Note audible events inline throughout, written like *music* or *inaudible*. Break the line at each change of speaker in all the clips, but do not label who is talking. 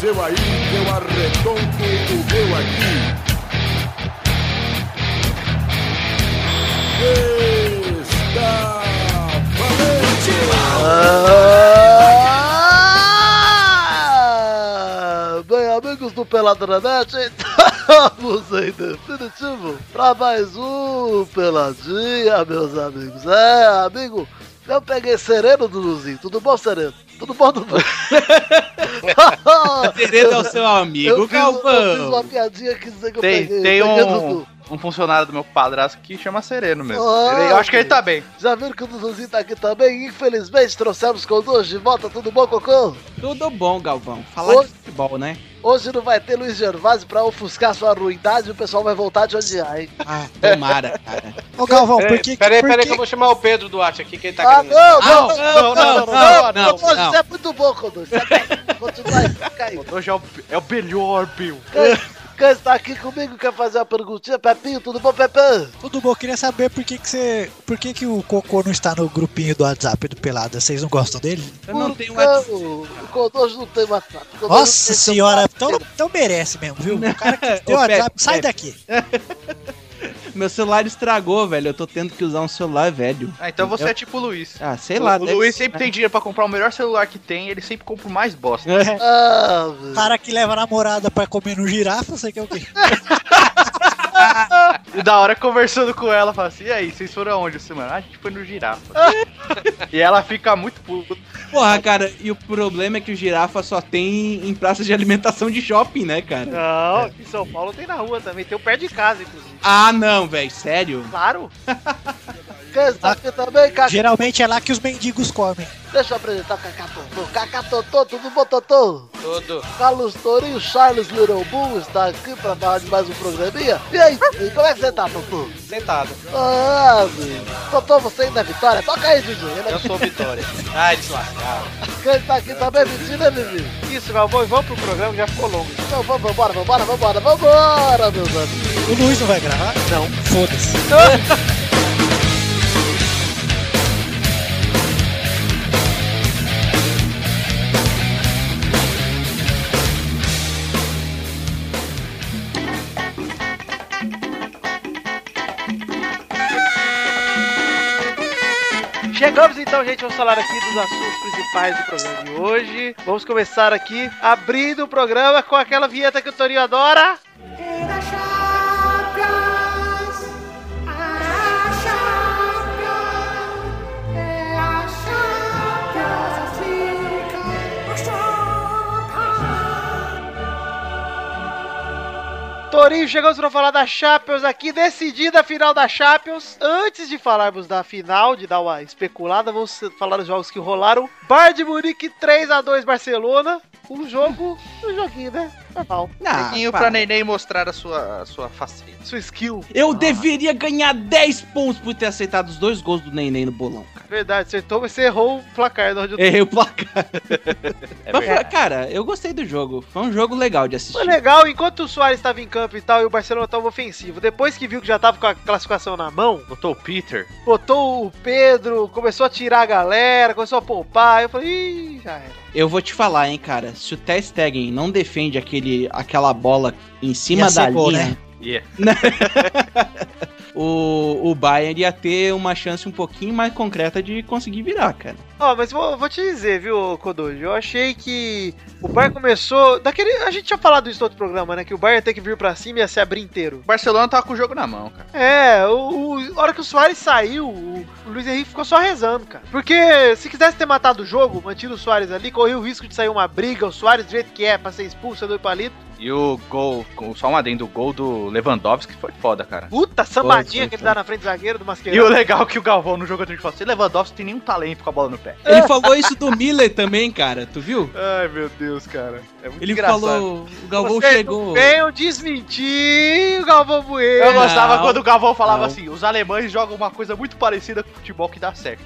seu aí, eu arredonto o meu aqui. Está valente!
Ah! Bem, amigos do Peladranet, estamos em definitivo para mais um Peladinha, meus amigos. É, amigo, eu peguei Sereno, Duduzinho. Tudo bom, Sereno? Tudo bom, Dudu?
*laughs* Sereno é o seu amigo,
eu, fiz, um eu fiz
Galvão.
uma piadinha que dizer que eu
Tem,
peguei.
tem
eu peguei
um,
Dudu.
um funcionário do meu padrasto que chama Sereno mesmo.
Ah,
Ele- eu acho que ele tá bem.
Já viram que o Duduzinho tá aqui também? Infelizmente, trouxemos conosco de volta. Tudo bom, Cocô?
Tudo bom, Galvão. Falar
Oi.
de futebol, né?
Hoje não vai ter Luiz Gervásio pra ofuscar sua ruindade e o pessoal vai voltar a te odiar, hein?
Ah, tomara, cara.
Ô Galvão, por
Peraí,
que.
peraí,
por
peraí
que-
que eu vou chamar o Pedro Duarte aqui, que ele tá
Ah,
querendo.
não, não,
Não,
não, não, não,
não,
não,
não,
não,
não, não,
Codô,
não.
Você é muito bom, Codô. Você é bem. Continua aí, fica aí.
Hoje é o, é o melhor, Bill.
Quem- Quem está aqui comigo quer fazer uma perguntinha? Pepinho, tudo bom, Pepinho?
Tudo bom, eu queria saber por que, que você. Por que, que o Cocô não está no grupinho do WhatsApp do Pelada? Vocês não gostam dele?
Eu não
Por
tenho
que
WhatsApp.
o- O Codô não tem WhatsApp. O Codô não
Nossa
tem
senhora,
celular.
então, então merece mesmo, viu? O cara que deu
Ô,
WhatsApp,
Pepe,
sai
Pepe.
daqui.
Meu celular estragou, velho. Eu tô tendo que usar um celular velho.
Ah, então você
Eu-
é tipo o Luiz.
Ah, sei lá.
o
deve
Luiz
ser,
sempre
né?
tem dinheiro pra comprar o melhor celular que tem, ele sempre compra o mais bosta.
Ah,
O
velho.
cara que leva a namorada pra comer no girafa, você quer o quê?
E da hora conversando com ela, fala assim: e aí, vocês foram aonde essa semana? Ah, a gente foi
*laughs*
no girafa. e ela fica muito puta.
*laughs* Porra, cara, e o problema é que o girafa só tem em praças de alimentação de shopping, né, cara?
Não, em São Paulo tem na rua também, tem o pé de casa, inclusive.
Ah, não, velho, sério?
Claro.
Quem
Ah,
está aqui também, Cacá?
Geralmente é lá que os mendigos comem.
Deixa eu apresentar o Cacá Totô. Cacá Totô, tudo bom, Totô?
Tudo.
Carlos Tourinho, Charles Little Bull está aqui pra falar de mais um programinha. E aí,
Ah.
e como é que você tá, Totô?
Sentado.
Ah, velho. Totô, você ainda é vitória? Toca aí, Didi. Ele
Eu sou o Vitória. Ai, deslascado.
Quem tá aqui também, mentira, Vivi?
Isso, Galvão, e vamos pro programa, que já ficou longo.
Então vamos, vambora, vambora, vambora, vambora, meus amigos.
O Luiz não vai gravar? Não. Foda-se.
Chegamos então, gente, vamos falar aqui dos assuntos principais do programa de hoje. Vamos começar aqui, *laughs* abrindo o programa com aquela vinheta que o Torinho adora.
Pega Chapas, a Chapas, é a Chapas, assim, a Chapas.
Torinho, chegamos pra falar da Champions aqui, decidida a final da Champions. Antes de falarmos da final, de dar uma especulada, vamos falar dos jogos que rolaram. Bayern de Munique 3x2 Barcelona. Um jogo, um joguinho, né? Normal.
Não,
Amiguinho
Ah, para.
pra Neném mostrar a sua, a sua faceta.
Ah, Sua skill.
Eu deveria ganhar 10 pontos por ter aceitado os dois gols do Neném no bolão, cara.
Verdade, acertou, mas você errou o placar. Onde eu...
Errei o placar.
É
Mas, foi- cara, eu gostei do jogo. Foi um jogo legal de assistir.
Foi legal, enquanto o Soares estava em campo e tal, e o Barcelona estava ofensivo. Depois que viu que já tava com a classificação na mão,
Botou o Peter.
botou o Pedro, começou a tirar a galera, começou a poupar. Eu falei, ih, já era.
Eu vou te falar, hein, cara. Se o Ter Stegen não defende aquele, aquela bola em cima
Ia
da
ser gol,
linha...
né?
Ia.
*laughs* o, o Bayern ia ter uma chance um pouquinho mais concreta de conseguir virar, cara.
Ó, mas vou, vou te dizer, viu, Kodoji? Eu achei que o Bayern começou. Daquele, a gente tinha falado isso no outro programa, né? Que o Bayern ia ter que vir pra cima e ia se abrir inteiro.
O Barcelona tava com o jogo na mão, cara.
É, o, o- a hora que o Soares saiu, o, o Luiz Henrique ficou só rezando, cara. Porque se quisesse ter matado o jogo, mantido o Soares ali, corria o risco de sair uma briga, o Soares do jeito que é, pra ser expulso, ser doido palito.
E o gol, com- só um adendo, o gol do Lewandowski foi foda, cara.
Puta sambadinha
Foi, foi,
que ele
foi.
dá na frente do zagueiro do
E o
Mascherano.
legal é que o Galvão no jogo anterior falou assim, Lewandowski tem nenhum talento com a bola no pé.
É.
Ele falou isso do Miller também, cara. Tu viu?
Ai, meu Deus, cara. É muito
Ele
engraçado.
falou. O Galvão
Vocês
chegou.
Venham desmentir o Galvão Bueno.
Eu gostava
Não.
quando o Galvão falava
Não.
assim, os alemães jogam uma coisa muito parecida com o futebol que dá certo.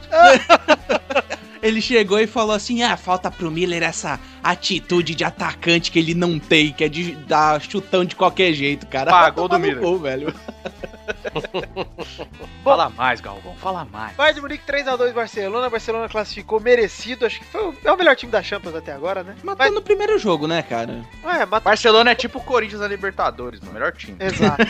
Ele chegou e falou assim: ah, falta pro Miller essa atitude de atacante que ele não tem, que é de dar chutão de qualquer jeito, cara.
Pá,
Vai
Ah, gol
tomar
do
no
Miller.
Gol, velho.
Fala mais, Galvão, fala mais.
Bayern de Munique 3x2 Barcelona. Barcelona classificou merecido. Acho que foi o, é o melhor time da Champions até agora, né?
Matou no primeiro jogo, né, cara?
Mas, *laughs* é, mata...
Barcelona é tipo o Corinthians na Libertadores, mano. Melhor time.
Exato.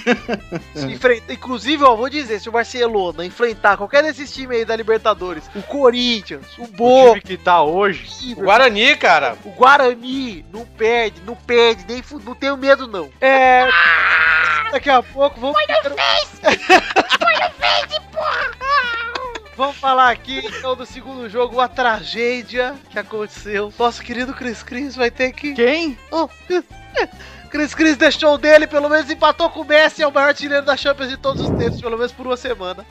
Se enfrenta- Inclusive, ó, vou dizer, se o Barcelona enfrentar qualquer desses times aí da Libertadores, o Corinthians, o
O
Boca,
time que tá hoje.
o River,
Guarani, cara.
o Guarani, não perde, não perde, nem fu- não tenho medo não. É, daqui a pouco vamos *laughs* Vamos falar aqui então do segundo jogo, a tragédia que aconteceu. Nosso querido Cris Cris vai ter que
Quem?
Oh, *laughs* Cris Cris deixou o dele, pelo menos empatou com o Messi, é o maior artilheiro da Champions de todos os tempos, pelo menos por uma semana.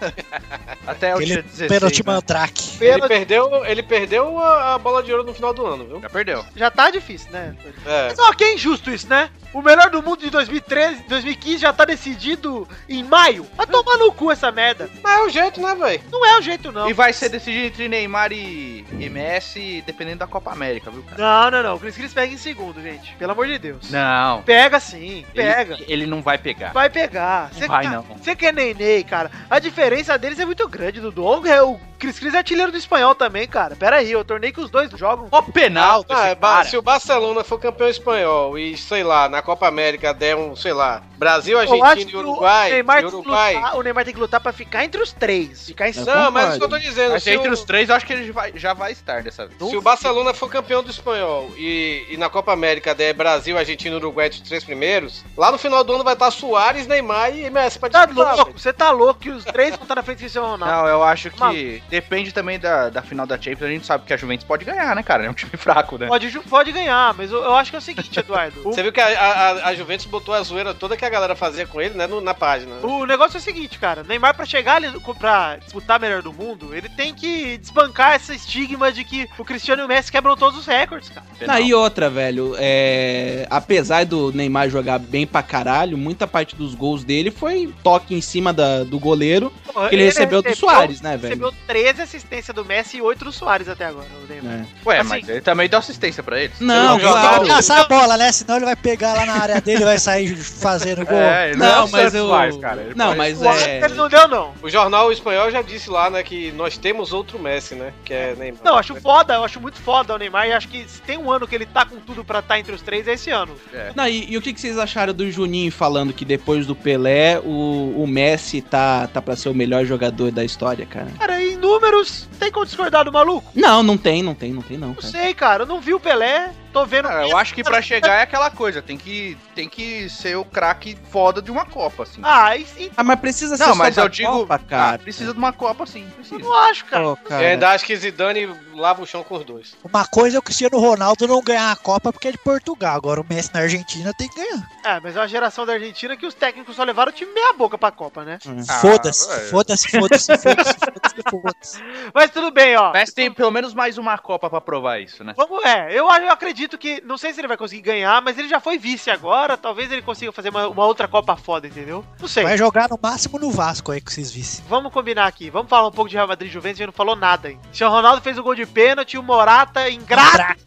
Até o dia
Aquele
16.
pênalti
né?
mandrake.
Ele
Pênalti
perdeu, ele perdeu a, a bola de ouro no final do ano, viu?
Já perdeu.
já tá difícil, né?
É.
Mas ó, que é injusto isso, né? O melhor do mundo de 2013, 2015 já tá decidido em maio. Vai tomar no cu essa merda.
Mas é o jeito, né, velho?
Não é o jeito, não.
E vai ser decidido entre Neymar e, e Messi, dependendo da Copa América, viu, cara?
Não, não, não. O Cris Cris pega em segundo, gente. Pelo amor de Deus.
Não.
Pega sim, pega.
Ele, ele não vai pegar.
Vai pegar.
Não
Você
vai,
ca-
não.
Você que é neném, cara. A diferença deles é muito grande, Dudu. Olha, é O Cris Cris é artilheiro do espanhol também, cara. Pera aí, eu tornei que os dois jogam.
Ó, penal desse
Ah, ba-
cara.
se o Barcelona for campeão espanhol e, sei lá, na Copa América der um, sei lá, Brasil,
Eu
Argentina e
o
Uruguai,
Neymar,
e
tem que
Uruguai.
lutar, o Neymar tem que lutar pra ficar entre os três. Ficar em
Eu
Não, mas
concordo.
isso que eu tô dizendo.
Mas
se
entre
o-
os três, eu acho que ele vai- já vai estar dessa vez.
Se o Barcelona for campeão do espanhol e, e na Copa América der Brasil, Argentina e Uruguai entre os três primeiros, lá no final do ano vai estar Soares, Neymar e Messi pra
Tá
disputar,
louco,
velho.
você tá louco que os três vão estar na frente do Cristiano Ronaldo.
Não, eu acho que
Maluco.
depende também da, da final da Champions. A gente sabe que a Juventus pode ganhar, né, cara? É um time *laughs* fraco, né?
Pode, ju- pode ganhar, mas eu, eu acho que é o seguinte, Eduardo.
Você viu que a, a- a Juventus botou a zoeira toda que a galera fazia com ele, né, no- na página.
O, o negócio é o seguinte, cara. Neymar, pra chegar ali, no- pra disputar melhor do mundo, ele tem que desbancar esse estigma de que o Cristiano e o Messi quebram todos os recordes, cara.
Não, e outra, velho, é... apesar do Neymar jogar bem pra caralho, muita parte dos gols dele foi toque em cima da- do goleiro
Pô,
que ele, recebeu, do Soares, né,
Ele
velho?
recebeu 13 assistências do Messi e 8 do Soares até agora, o Neymar.
É.
Ué,
assim-
mas ele também deu assistência pra eles.
Não,
Ele jogou
claro.
mal.
Caçar a bola, né? Senão ele vai pegar lá na área dele e vai sair fazendo gol.
É, ele é
Não,
o
mas
Sérgio
eu.
Soares, cara. Ele
não,
pode-
mas
O
é.
Ele não deu, não.
O jornal espanhol já disse lá, né, que nós temos outro Messi, né, que é Neymar.
Não, eu acho foda, eu acho muito foda o Neymar. E acho que se tem um ano que ele tá com tudo pra estar entre os três, é esse ano.
Não, e, e o que, que vocês acharam do Juninho falando que depois do Pelé o, o Messi tá, tá pra ser o melhor jogador da história, cara?
Cara, em números, tem como discordar do maluco?
Não, não tem, não tem, não tem, não.
Não
Cara.
sei, cara. Eu não vi o Pelé, tô vendo.
Cara, eu acho que pra chegar é aquela coisa, tem que, tem que ser o craque foda de uma Copa, assim.
Ah, e- e-
Ah, mas precisa ser
não,
só
mas
da
eu digo,
Copa, cara.
ah, precisa É, de uma Copa, sim, precisa.
não acho, cara.
Pô,
Eu
cara.
ainda É, acho que Zidane lava o chão com os dois.
Uma coisa é o Cristiano Ronaldo não ganhar a Copa porque é de Portugal. Agora o Messi na Argentina tem que ganhar.
É, mas é uma geração da Argentina que os técnicos só levaram o time meia boca pra Copa, né?
Ah,
Foda-se,
velho.
foda-se, foda-se, foda-se, foda-se, foda-se.
Mas tudo bem, ó.
Mas tem pelo menos mais uma Copa pra provar isso, né?
Vamos, é, eu, acho- eu acredito que. Não sei se ele vai conseguir ganhar, mas ele já foi vice agora. Talvez ele consiga fazer uma, uma outra Copa foda, entendeu? Não sei.
Vai jogar no máximo no Vasco aí que vocês vissem.
Vamos combinar aqui. Vamos falar um pouco de Real Madrid e Juventus, a gente não falou nada, hein? Cristiano Ronaldo fez o gol de pênalti, o Morata ingrato.
Mandrake,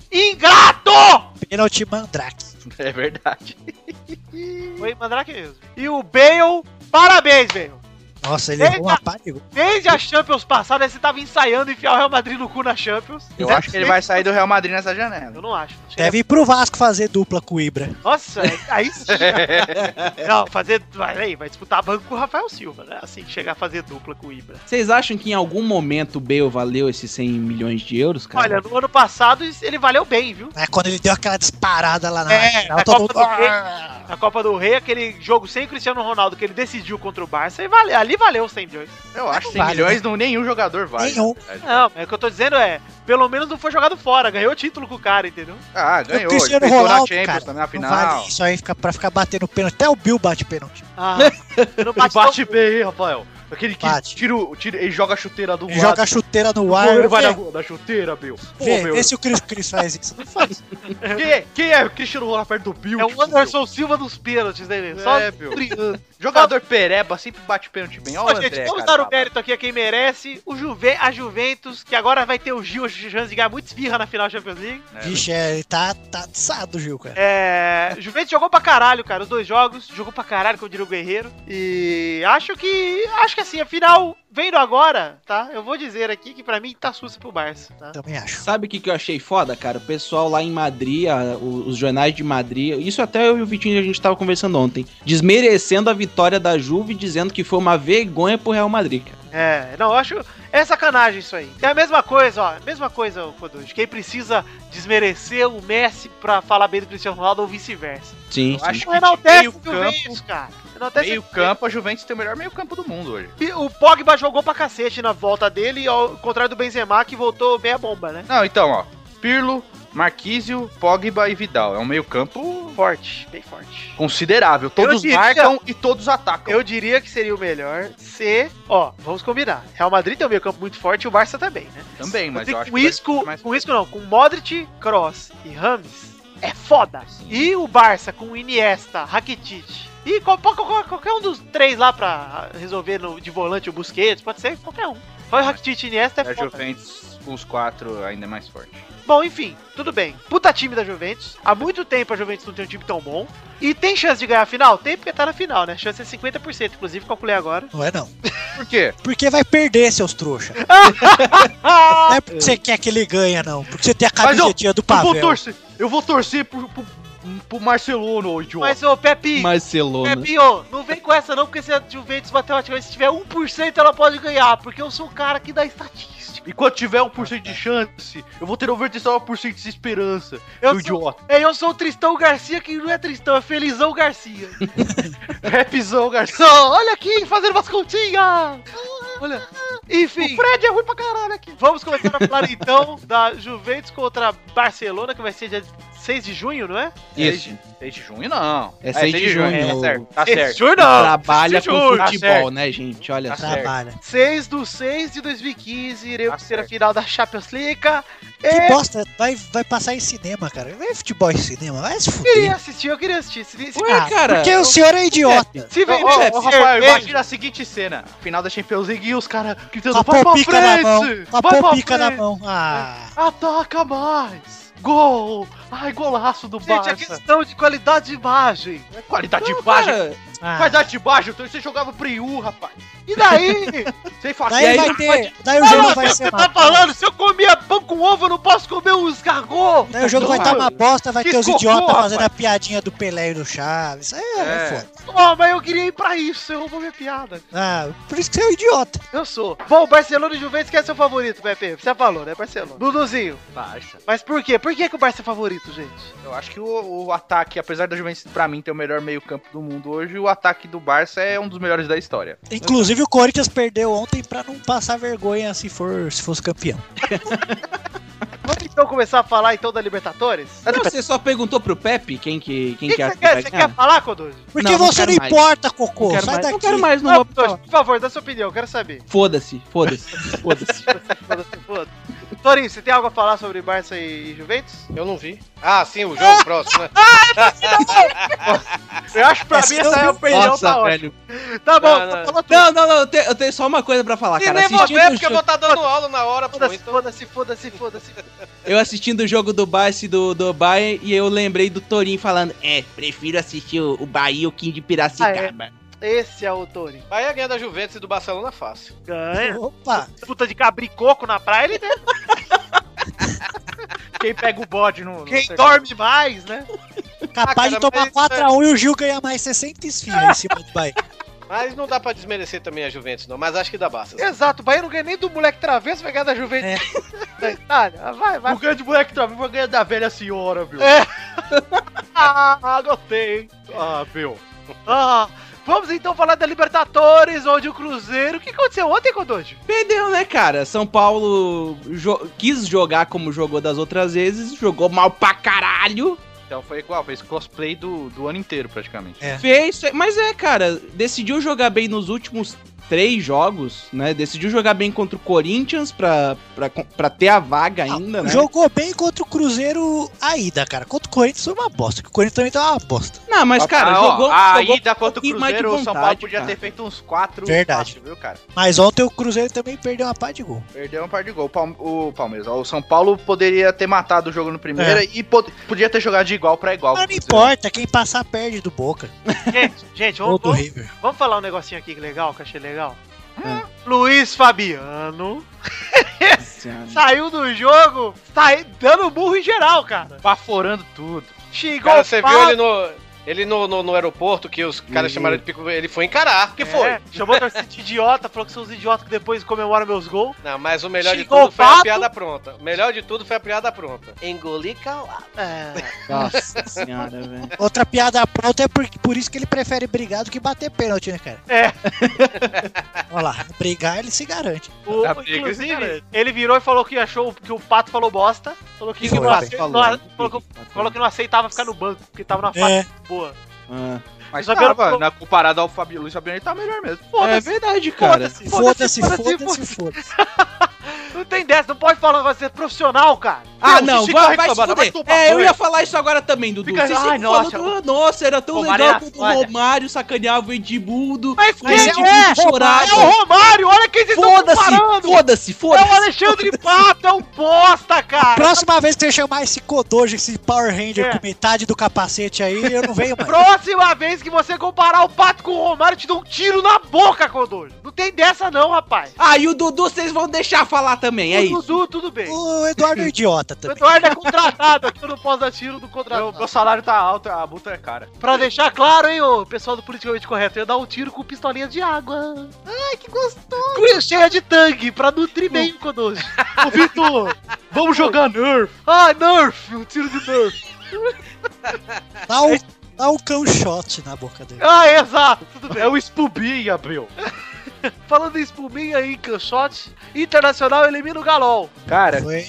Ingrato!
pênalti Mandrake.
*laughs* É verdade.
Foi Mandrake mesmo. E o Bale, parabéns, Bale.
Nossa, ele
Eita!
errou uma pá de gol.
Desde a Champions passada, você tava ensaiando enfiar o Real Madrid no cu na Champions.
Eu acho que ele vai sair do Real Madrid nessa janela.
Eu não acho. Acho que ele é
Deve ir pro Vasco fazer dupla com o Ibra.
Nossa, aí- aí sim. né? não, fazer. Vai, aí, vai disputar banco com o Rafael Silva, né? Assim que chegar a fazer dupla com o Ibra.
Vocês acham que em algum momento o Bale valeu esses 100 milhões de euros, cara?
Olha, no ano passado ele valeu bem, viu?
É, quando ele deu aquela disparada lá na
É,
lateral,
na
todo
Copa
mundo...
do Rei. Na Copa do Rei, aquele jogo sem o Cristiano Ronaldo que ele decidiu contra o Barça, e vale, ali valeu os 100 milhões.
Eu acho 100
Vale, né?
milhões, não, nenhum jogador vale.
Nenhum.
na verdade.
Não, mas o que eu tô dizendo é, pelo menos não foi jogado fora, ganhou o título com o cara, entendeu?
Ah,
O
ganhou.
Cristiano
ele fez gol na
Ronaldo,
Champions
cara,
também, na
"Ah, não
final.
vale isso aí fica, pra ficar batendo pênalti. Até o Bill bate pênalti.
Ah, não bate,
bem, Rafael. Aquele que
Bate.
tira, o- tira, ele joga a chuteira do
Ele joga a chuteira no ar.
Ele vai na,
Vê,
É
na chuteira, meu. Pô,
vê,
meu.
vê se o Chris, Chris faz isso. Não faz.
Quem, é, quem é o Cristiano Ronaldo perto do Bill?
É o Anderson Silva dos pênaltis, né, velho? Só
É, meu.
criança.
Jogador pereba sempre bate pênalti bem. Ó, o
Ó,
André,
gente, vamos
cara. tá
dar o mérito aqui a quem merece. O Juve, a Juventus, que agora vai ter o Gil a chance de ganhar muito esfirra na final da Champions League.
Vixe, é, ele tá, tá atiçado, Gil, cara.
É. Juventus jogou pra caralho, cara. Os dois jogos. Jogou pra caralho, como diria o Guerreiro. E acho que. Acho que assim, afinal, vendo agora, tá? Eu vou dizer aqui que pra mim tá sussa pro Barça, tá?
Também acho.
Sabe o que, que eu achei foda, cara? O pessoal lá em Madrid, a- o- os jornais de Madrid, isso até eu e o Vitinho a gente tava conversando ontem, desmerecendo a vitória da Juve, dizendo que foi uma vergonha pro Real Madrid, cara.
É, não, eu acho. É sacanagem isso aí. É a mesma coisa, ó. Mesma coisa, ô Kodush. Quem precisa desmerecer o Messi pra falar bem do Cristiano Ronaldo ou vice-versa.
Sim,
Eu acho
Não
que
enaltece
meio
o Juventus, cara. Enaltece
meio
o Juventus.
campo, a Juventus tem o melhor meio campo do mundo hoje.
E O Pogba jogou pra cacete na volta dele, ao contrário do Benzema, que voltou meia bomba, né?
Não, então, ó. Pirlo, Marquísio, Pogba e Vidal. É um meio campo
Forte, bem forte.
considerável. Todos
diria-
marcam e todos atacam.
Eu diria que seria o melhor se. Ó, vamos combinar. Real Madrid tem um meio campo muito forte e o Barça também, né?
Também, mas eu um acho
com
que vai
isso, com,
ficar mais-
com isso não, com Modric, Cross e Rames é foda. E o Barça com Iniesta, Rakitic e qual- qual- qual- qualquer um dos três lá pra resolver no- de volante o Busquets, pode ser qualquer um. Foi Rakitic e Iniesta
A
é foda.
Juventus com os quatro ainda é mais forte.
Bom, enfim, tudo bem. Puta time da Juventus. Há muito tempo a Juventus não tem um time tão bom. E tem chance de ganhar a final? Tem porque tá na final, né? A chance é 50%, inclusive calculei agora.
Não é, não.
Por quê?
Porque vai perder, seus trouxa.
Ah,
não é porque você quer que ele ganhe, não. Porque você tem a
Mas eu-
camisetinha do
Eu vou
Pavel.
torcer, eu vou torcer pro, pro, pro Marcelino, ô idiota.
Mas, ô, Pepe,
Barcelona.
Pepinho, não vem com essa não, porque se a Juventus matematicamente se tiver 1%, ela pode ganhar, porque eu sou o cara que dá estatística.
E quando tiver 1% de chance, eu vou ter 99% de esperança,
Eu
seu
sou,
idiota.
é, eu sou o Tristão Garcia, que não é Tristão, é Felizão Garcia.
*laughs* Rapzão, Garcia.
Ó, olha aqui, fazendo umas continhas! Olha. Enfim. O Fred é ruim pra caralho aqui. Vamos começar a falar então da Juventus contra Barcelona, que vai ser dia 6 de junho, não é?
Isso.
6 de junho não.
É 6 de junho.
Tá certo, tá
6 de
certo.
junho não!
Trabalha
Sim,
com
senhor. Tá
futebol,
certo.
né, gente? Olha
Tá
só.
certo.
Trabalha.
6 do 6 de 2015, iremos
Tá
ser a
certo.
final da Champions League.
É.
Que
E
bosta, vai, vai passar em cinema, cara. Vai futebol em cinema, vai se
eu queria
fuder. Ah,
assistir, eu queria assistir. Se,
É,
se,
Ué, cara.
Porque o senhor é idiota.
se
Ô,
vem
ô, ô, Rafael,
cerveja-
imagina a seguinte cena: final da Champions League e os caras
Com
gritando,
a
vai pra
pompica na
frente!
mão. Com a
vai pra
pompica na
frente!
mão. Ah,
Ataca mais! Gol! Ai, golaço do
Gente,
Barça!
é questão de qualidade de imagem.
Qualidade de
Não,
baixo!
cara,
ah.
Qualidade de baixo! Então Você jogava Priu, rapaz!
E *laughs* daí?
Sem fazer
Daí vai ter. Daí o jogo vai ser.
você
uma-
tá falando, se eu comia pão com ovo, eu não posso comer um escargot.
Daí o jogo vai estar
Não,
uma bosta, vai
que
ter os
cocô,
idiotas
rapaz.
fazendo a piadinha do Pelé e do Chaves. É, é. foda.
Ó, mas eu queria ir pra isso, você roubou minha piada.
Ah, por isso que você é um idiota.
Eu sou. Bom, Barcelona e Juventus, quem é seu favorito, Pepe? Você falou, né, Barcelona? Duduzinho.
Barça.
Mas por quê? Por que, que o Barça é favorito, gente?
Eu acho que o, o ataque, apesar da Juventus pra mim ter o melhor meio-campo do mundo hoje, o ataque do Barça é um dos melhores da história.
Inclusive o Corinthians perdeu ontem pra não passar vergonha se, for, se fosse campeão.
Vamos então começar a falar então da Libertadores?
não, você só perguntou pro Pepe quem que,
O
quem
que,
que,
que
acha
você
que
quer?
vai
Você
ganhar?
quer falar, Coduzio?
Porque
Não, não
você
quero
não,
mais.
importa,
Não
cocô.
quero,
Sai
mais,
daqui.
não quero mais, não vou
Coduzzi,
falar.
por favor, dá sua opinião, eu quero saber.
Foda-se, foda-se, foda-se.
Foda-se, foda-se. Torinho, você tem algo a falar sobre Barça e Juventus?
Eu não vi. Ah, sim, o jogo próximo, né?
Eu acho pra mim essa é a opinião tá ótima.
velho.
Tá bom,
Não,
tá
não.
falando tudo.
Não, não, não, eu te- eu tenho, só uma coisa pra falar,
Se
Ah, cara.
nem vou
Assistindo
ver,
o
porque eu
jogo-
vou estar dando aula na hora, pô.
Foda-se,
Então,
foda-se, foda-se, foda-se.
Eu assistindo o jogo do Barça e do, do Bayern e eu lembrei do Torinho falando: É, prefiro assistir o, o Bahia ou o King de Piracicaba.
Ah,
Esse é o Torinho.
Bahia ganha da Juventus e do Barcelona fácil.
né?
Ganha.
Opa,
*laughs*
Puta de cabricoco na praia, ele né?
Quem pega o bode no.
Quem dorme mais, né?
Ah,
capaz
cara,
de tomar
mas-
é-
4x1 e o Gil ganhar mais 60 esfirras em cima do
*laughs*
Bahia.
Mas não dá pra desmerecer também a Juventus, não. Mas acho que dá Barça. sim.
Exato, o Bahia não ganha nem do moleque travesso, vai ganhar da Juventus. *laughs* Da Itália. Ah, Vai, vai.
O grande moleque também vai ganhar da velha senhora, viu?
É. *laughs* Ah, gostei.
Ah, viu?
Ah, vamos então falar da Libertadores, onde o Cruzeiro. O que aconteceu ontem, Codote?
Perdeu, né, cara? São Paulo jo- quis jogar como jogou das outras vezes, jogou mal pra caralho.
Então foi igual, fez cosplay do, do ano inteiro, praticamente.
É.
Fez, mas é, cara, decidiu jogar bem nos últimos três jogos, né? Decidiu jogar bem contra o Corinthians pra, pra, pra ter a vaga
Ah,
ainda, né?
Jogou bem contra o Cruzeiro a ida, cara. Contra o Corinthians foi uma bosta, que o Corinthians também tá uma bosta.
Não, mas, cara,
Ah, ó,
jogou.
a
jogou
ida
com um
contra o
pouquinho mais de
Cruzeiro, o São
vontade,
Paulo podia
cara.
ter feito uns quatro
Verdade.
fácil, viu, cara?
Mas ontem o Cruzeiro também perdeu uma pá de gol.
Perdeu um par de gol. O Palme- O Palmeiras, ó, o São Paulo poderia ter matado o jogo no primeiro
É.
e pod- podia ter jogado de igual pra igual.
Mas não
Cruzeiro.
importa, quem passar perde do Boca.
Gente, gente,
Ou
vamos,
do
vamos,
River.
vamos falar um negocinho aqui que legal, que eu achei legal. Luiz Fabiano saiu do jogo, tá aí dando burro em geral, cara.
Baforando tudo.
Xingou
Cara,
o
você viu
Fábio,
ele no. Ele no, no, no aeroporto, que os caras chamaram de pico. Ele foi encarar. que foi?
É, chamou a torcida de idiota, falou que são os idiotas que depois comemoram meus gols.
Não, mas o melhor de
Xingou
tudo
o
foi a
pato.
piada pronta. O melhor de tudo foi a piada pronta. Engoli calado.
É,
Nossa senhora, velho.
Outra piada pronta é por, por isso que ele prefere brigar do que bater pênalti, né, cara? É. Olha lá, brigar ele se garante.
o-
Tá briga,
inclusive, ele virou e falou que achou que o Pato falou bosta. Falou que,
Que
não,
foi,
ace- não a- falou, que- falou que não aceitava ficar no banco, porque tava numa fase
É.
boa.
Ah,
Mas
Só que eu-
tava, na- comparado ao Fabio Luiz Fabiano, ele tá melhor mesmo.
É
Foda-se,
verdade, cara.
foda-se,
Foda-se, foda-se, foda-se.
não tem dessa, não pode falar um negócio de profissional, cara.
Ah,
Não,
não,
fica
vai, vai se fuder.
reclamando, vai tomar
É, eu
banho.
ia falar isso agora também, Dudu.
Fica-
Vocês
Ai,
sempre
nossa.
falam, "Ah, nossa, era tão
Romário
legal
era
quando o
foda."
Romário sacaneava o Edmundo.
Mas
Mas
quem
tipo,
é?
chorava.
É o Romário, olha quem vocês estão
Foda-se,
comparando.
foda-se,
É o
foda-se.
*laughs* Alexandre Pato, é um bosta, cara.
Próxima vez que você chamar esse Kodoji, esse Power Ranger
É.
com metade do capacete aí, eu não venho mais.
Próxima vez que você comparar o Pato com o Romário, eu te dou um tiro na boca, Codolho. Não tem dessa não, rapaz.
Ah, e o Dudu vocês vão deixar falar também, é
o
isso.
Dudu, tudo bem.
O Eduardo é um idiota
O
também.
Eduardo *laughs* é contratado, aqui eu não posso dar tiro do
Meu,
contratado.
meu salário tá alto, a multa é cara.
Pra deixar claro, hein, ô pessoal do Politicamente Correto, eu ia dar um tiro com pistolinha de água. Ai, que gostoso. Hum. Cunha cheia de tangue, pra nutrir bem o Kodoji. Ô, Vitor, vamos jogar Nerf. Ah, Nerf, um tiro de Nerf.
Dá um, dá um cão shot na boca dele.
Ah, exato, tudo bem.
É o Spubinha, Bill.
*laughs* Falando em espuminha aí, canchote, Internacional elimina o Galol.
Cara,
Foi,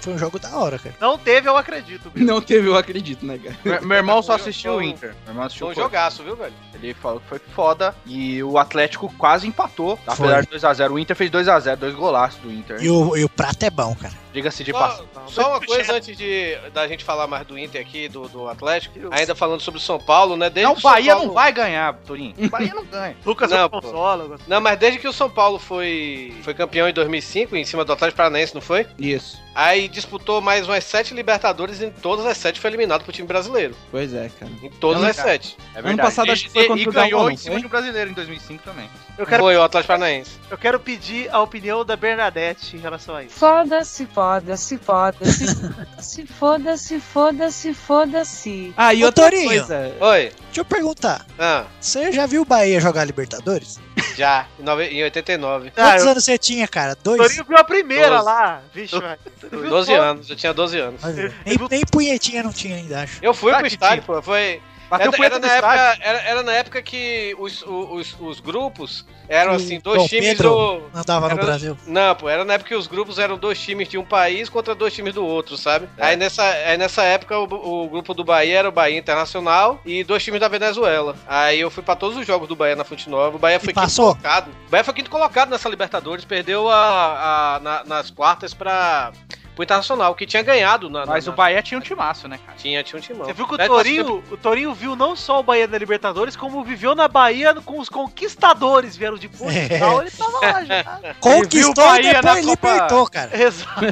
foi um jogo da hora, cara.
Não teve, eu acredito. Bill.
*laughs* Não teve, eu acredito, né, cara?
*laughs* meu meu irmão só
Foi-
assistiu o
foi um-
Inter. Meu irmão assistiu
Foi um
o
jogaço, viu, velho?
Ele falou que foi foda e o Atlético quase empatou.
Foi.
Apesar de 2x0. O Inter fez 2x0, dois golaços do Inter.
E o, e o prato é bom, cara.
Diga-se de passagem.
Só, só uma coisa antes de da gente falar mais do Inter aqui, do, do Atlético. Ainda falando sobre o São Paulo, né? Desde
Não,
que
o
São
Bahia
Paulo-
não vai ganhar, Torinho. O Bahia não ganha.
Lucas
Não, pô.
Consola, eu gosto.
Não, mas desde que o São Paulo foi, foi campeão em 2005, em cima do Atlético Paranaense, não foi?
Isso.
Aí disputou mais umas sete Libertadores e em todas as sete foi eliminado pro time brasileiro.
Pois é, cara.
Em todas
Não,
as
cara.
sete.
É
Ano passado acho que foi
E-
contra
e
o
ganhou
Galo,
em
não
cima
foi?
de um brasileiro em 2005 também.
Eu quero,
Foi o Atlético
*laughs*
Paranaense.
eu quero pedir a opinião da Bernadette em relação a isso.
Foda-se, foda-se, foda-se. *laughs* Se foda-se, foda-se, foda-se.
Ah, e
Ô,
outra
Torinho.
coisa.
Oi.
Deixa eu perguntar.
Ah,
Você já viu o Bahia jogar Libertadores?
já. Em, nove- em 89.
Ah,
Quantos
eu-
anos você tinha, cara?
o
Dois?
Torinho viu a primeira
Doze.
lá. Vixe, velho. Ele viu
12
todo.
anos. Eu tinha 12 anos.
Olha, Nem, nem punhetinha não tinha ainda, acho.
Eu fui
Ah,
pro
que
estádio, pô. Foi. Era,
Bateu
era
punheta no
na
estádio.
época, era, era na época que os, o- os, os grupos eram
O
assim, dois
Dom
times
Pedro?
do.
Andava no
Era-
Brasil.
Não, pô, era na época que os grupos eram dois times de um país contra dois times do outro, sabe?
É.
Aí, nessa, aí nessa época o, o grupo do Bahia era o Bahia Internacional e dois times da Venezuela. Aí eu fui pra todos os jogos do Bahia na Fonte Nova. O Bahia foi
E
quinto
passou?
colocado. O Bahia foi quinto colocado nessa Libertadores, perdeu a, a- na- nas quartas para o Internacional, que tinha ganhado na.
Mas
na-
o Bahia tinha um timaço, né, cara?
Tinha, tinha um timão.
Você viu que o
Daí
Torinho, o Torinho viu não só o Bahia na Libertadores, como viveu na Bahia com os conquistadores, vieram de Portugal,
É.
ele tava lá
*laughs*
já.
viu o
Conquistou e
Bahia na
depois
Copa-
libertou, cara.
Exato,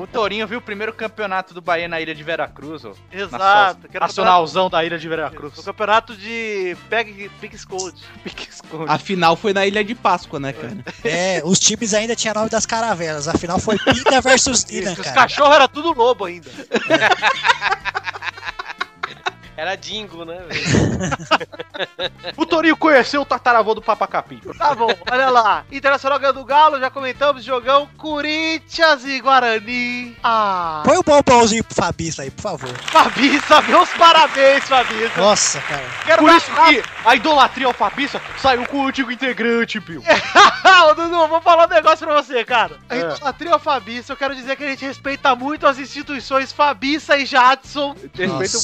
O Torinho viu o primeiro campeonato do Bahia na ilha de Veracruz, ó.
exato. Que era o
Nacionalzão da ilha de
campeonato- O
Veracruz.
campeonato de Peg Pig Scold.
A final foi na Ilha de Páscoa, né, cara?
É, os times ainda tinham nome das caravelas. Afinal, foi Pinda versus
*laughs*
Nina,
Os
cara.
cachorros eram tudo lobo ainda.
Era Dingo, né? velho?
O Torinho conheceu o tataravô do Papacapi.
Tá bom, olha lá. Internacional ganhando o Galo, já comentamos, jogão Corinthians e Guarani. Ah,
Põe o bombonzinho pro Fabista aí, por favor.
Fabiça, meus parabéns, Fabiça.
Nossa, cara.
Quero
Por
*laughs*
isso
dar-
que a idolatria ao Fabista saiu com o antigo integrante, Bill.
Ah, ô, Dudu, vou falar um negócio pra você, cara.
É.
A idolatria ao Fabiça, eu quero dizer que a gente respeita muito as instituições Fabiça e Jadson.
Respeito
Nossa.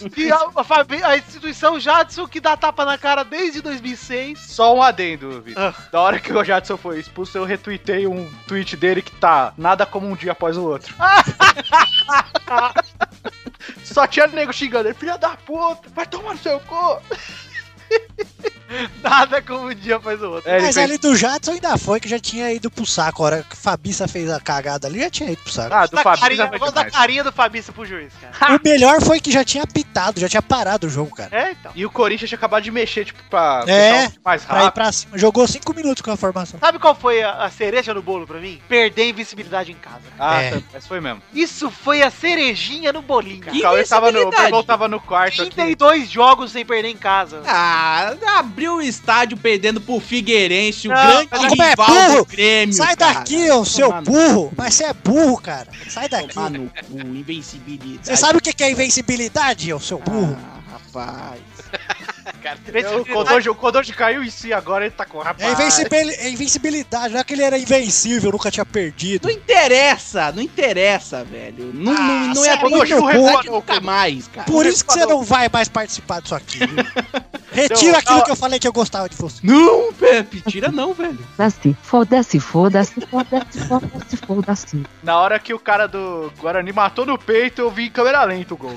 muito.
que a, a Fabi- a instituição Jadson que dá tapa na cara desde 2006.
Só um adendo,
Ah.
Vitor. Da hora que o Jadson foi expulso, eu retuitei um tweet dele que tá nada como um dia após o outro. Só tinha nego xingando ele, filha da puta, vai tomar no seu cu.
Nada como um dia faz o outro.
É, ele
Mas
fez-
ali do Jadson ainda foi, que já tinha ido pro saco. A hora que Fabiça fez a cagada ali, já tinha ido
*laughs*
pro saco.
Ah, do
Da
Fabinho
carinha,
já foi
vou dar
demais.
carinha do Fabista pro juiz, cara.
O melhor foi que já tinha apitado, já tinha parado o jogo, cara.
É, então.
E o Corinthians tinha acabado de mexer, tipo, pra
É,
fechar o time mais
Pra ir
rápido.
pra cima. Jogou cinco minutos com a formação.
Sabe qual foi a, a cereja no bolo pra mim? Perder a invencibilidade em casa. cara.
Ah,
É.
tá, mas foi mesmo.
Isso foi a cerejinha no bolinho, cara.
O Cauê tava no. O
imbecilidade.
Bebol tava no quarto aqui.
32 jogos sem perder em
*laughs*
casa.
Ah, abriu o estádio perdendo pro Figueirense, o
Não,
mas
grande
como é
rival
burro,
do Grêmio.
Sai
cara.
daqui, ô seu
Tomar no-
burro! Mas você é burro, cara. Sai daqui.
Tomar no cu, invencibilidade.
Você sabe o que que é invencibilidade, ô seu burro?
Ah, rapaz.
O Kodoji, o Kodoji caiu em si agora, ele tá com rapaz.
É invencibili- é invencibilidade, não é que ele era invencível, nunca tinha perdido.
Não interessa, não interessa, velho. Não,
Ah,
não, não é
sai
bom de
do cu,
verdade
ô,
nunca mais, cara.
um Por isso que você não vai mais participar disso aqui.
*laughs*
viu? Retira
Não,
aquilo
não.
que eu falei que eu gostava de você.
Não, Pepe, tira não, velho.
Foda-se, foda-se, foda-se, foda-se, foda-se, foda-se.
Na hora que o cara do Guarani matou no peito, eu vi em câmera lenta
*laughs*
o gol.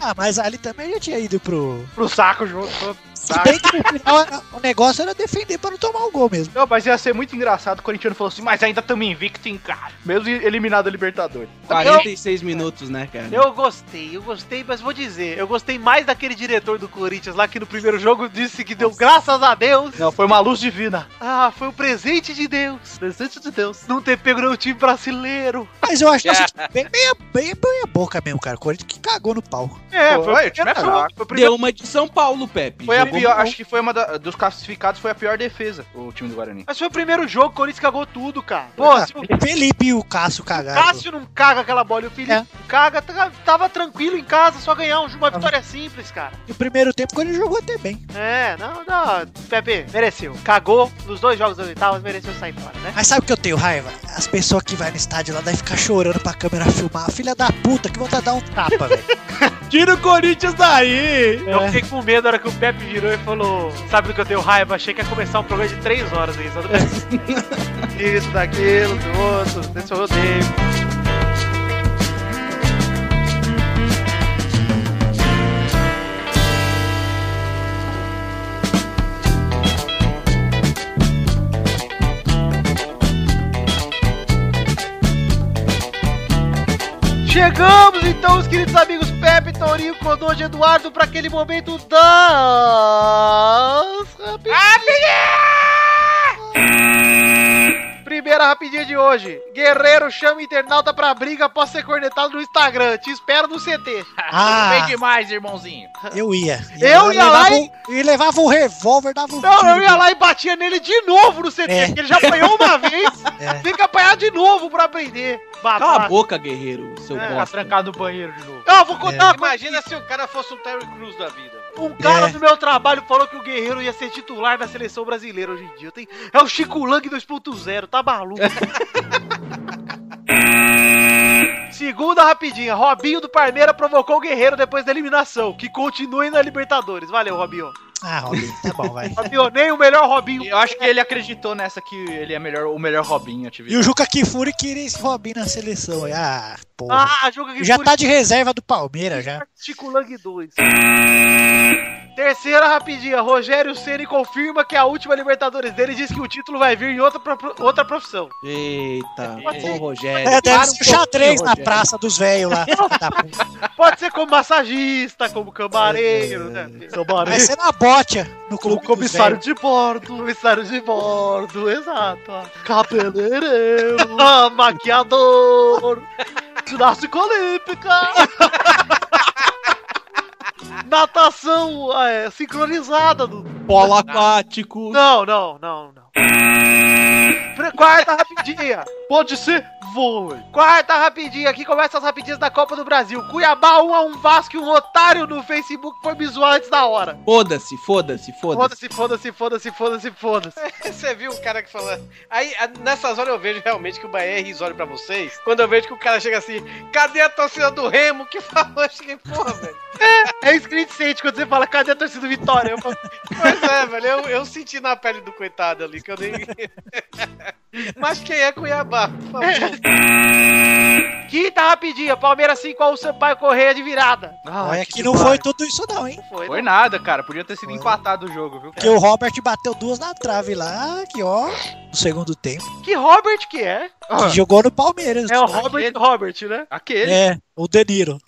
Ah, mas ali também já tinha ido pro.
Pro saco, João.
Se bem que no final era- o negócio era defender pra não tomar o gol mesmo.
Não, mas ia ser muito engraçado. O corintiano falou assim, mas ainda estamos invicto em cara. Mesmo eliminado da Libertadores.
46 minutos, né, cara?
Eu gostei, eu gostei, mas vou dizer, eu gostei mais daquele diretor do Corinthians lá que no primeiro jogo disse que deu graças a Deus.
Não, foi uma luz divina.
Ah, foi um presente de Deus. Presente de Deus. Não ter pego nenhum time brasileiro.
Mas eu
*laughs*
acho assim, bem, bem, bem, bem a boca mesmo, cara. O Corinthians que cagou no pau.
É,
Pô,
foi,
aí, o time é
primeiro jogo,
fraco.
foi o primeiro
Deu uma de São Paulo, Pepe.
Foi a
Jogou
pior,
mal.
acho que foi uma da- dos classificados, foi a pior defesa, o time do Guarani.
Mas foi o primeiro jogo, o Corinthians cagou tudo, cara. Pô, se o
Ah, Felipe e o Cássio cagaram.
Cássio não caga aquela bola e o Felipe
É.
não caga, tá- tava tranquilo em casa, só ganhar um- uma vitória simples, cara.
No primeiro tempo, ele jogou até bem.
É, não, não, Pepe, mereceu. Cagou nos dois jogos das oitavas, mereceu sair fora, né?
Mas sabe o que eu tenho raiva? As pessoas que vai no estádio lá, daí ficar chorando pra câmera filmar. Filha da puta, que vontade de dar um tapa, velho.
Tira o Corinthians daí!
Eu fiquei com medo na hora que o Pepe virou e falou: Sabe do que eu tenho raiva? Achei que ia começar um programa de três horas aí, só do Pepe. *laughs* Isso, daquilo, do outro, desse eu odeio. Chegamos então, os queridos amigos Pepe, Torinho, Codoge, Eduardo, para aquele momento das. Rapidinha! Primeira rapidinha de hoje. Guerreiro chama internauta pra briga após ser cornetado no Instagram. Te espero no CT.
Ah,
demais, irmãozinho.
eu ia.
Eu ia lá
levava um- E levava o revólver, dava um
Não, eu
tiro.
ia lá e batia nele de novo no CT,
É.
porque ele já apanhou uma vez.
*laughs* É.
Tem que apanhar de novo pra aprender.
tá
Cala a
Babaca.
boca, guerreiro, seu
É,
Tá
bosta.
trancado no banheiro de novo.
Ah, vou contar uma coisa.
Imagina se o cara fosse um Terry Crews da vida.
Um cara
É.
do meu trabalho falou que o Guerreiro ia ser titular da seleção brasileira hoje em dia. Tem... É o Chico Lang 2.0, tá
*laughs*
maluco? Segunda rapidinha, Robinho do Parmeira provocou o Guerreiro depois da eliminação, que continue na Libertadores. Valeu, Robinho.
Ah, Robin, tá bom, vai.
Robinho, nem o melhor Robinho.
Eu acho que ele acreditou nessa que ele é melhor, o melhor Robinho, eu te vi.
E o Juca Kifuri queria esse Robin na seleção. aí. Ah, porra.
Ah, joga que
já
por-
tá de reserva do Palmeiras, já.
Chico Lang 2. Terceira rapidinha, Rogério Ceni confirma que a última Libertadores dele diz que o título vai vir em outra, pro- outra profissão.
Eita,
Pode
ô
ser.
Rogério.
É, deve
para
ser
um
xadrez
pouquinho,
na
Rogério.
praça dos velhos lá. Da puta.
Pode ser como massagista, como camareiro, né?
Vai ser na bote no clube.
Como
dos
comissário
velhos.
de bordo. Comissário de bordo, exato. ó. Cabeleireiro. *laughs* ah, maquiador. Ginástica *laughs* olímpica. Natação é, sincronizada. Do...
Polo aquático.
Não, não, não, não. Pre- Quarta rapidinha.
Pode ser vôlei.
Quarta rapidinha. Aqui começa as rapidinhas da Copa do Brasil. Cuiabá 1x1 Vasco e um otário no Facebook foi me zoar antes da hora.
Foda-se, foda-se,
Foda-se,
foda-se.
foda-se, foda-se, foda-se, foda-se.
Você viu o cara que falou. Aí, a- nessas horas eu vejo realmente que o Bahia é risório pra vocês. Quando eu vejo que o cara chega assim, cadê a torcida do Remo que falou? Eu cheguei, porra, velho.
É isso que a gente sente quando você fala, cadê a torcida do Vitória? Eu falo,
Pois é, velho. Eu, eu senti na pele do coitado ali, que eu nem. *laughs* Mas quem é Cuiabá? Por favor.
Quinta rapidinha. Palmeiras 5x1 Sampaio Correia de virada.
Olha que não foi tudo isso não, hein?
Foi,
Foi
né?
nada, cara. Podia ter sido empatado o jogo, viu?
Porque o Robert bateu duas na trave lá, que ó, no segundo tempo.
Que Robert que é?
Que
Ah.
jogou no Palmeiras.
É o Robert Robert, né?
Aquele.
É, o De Niro.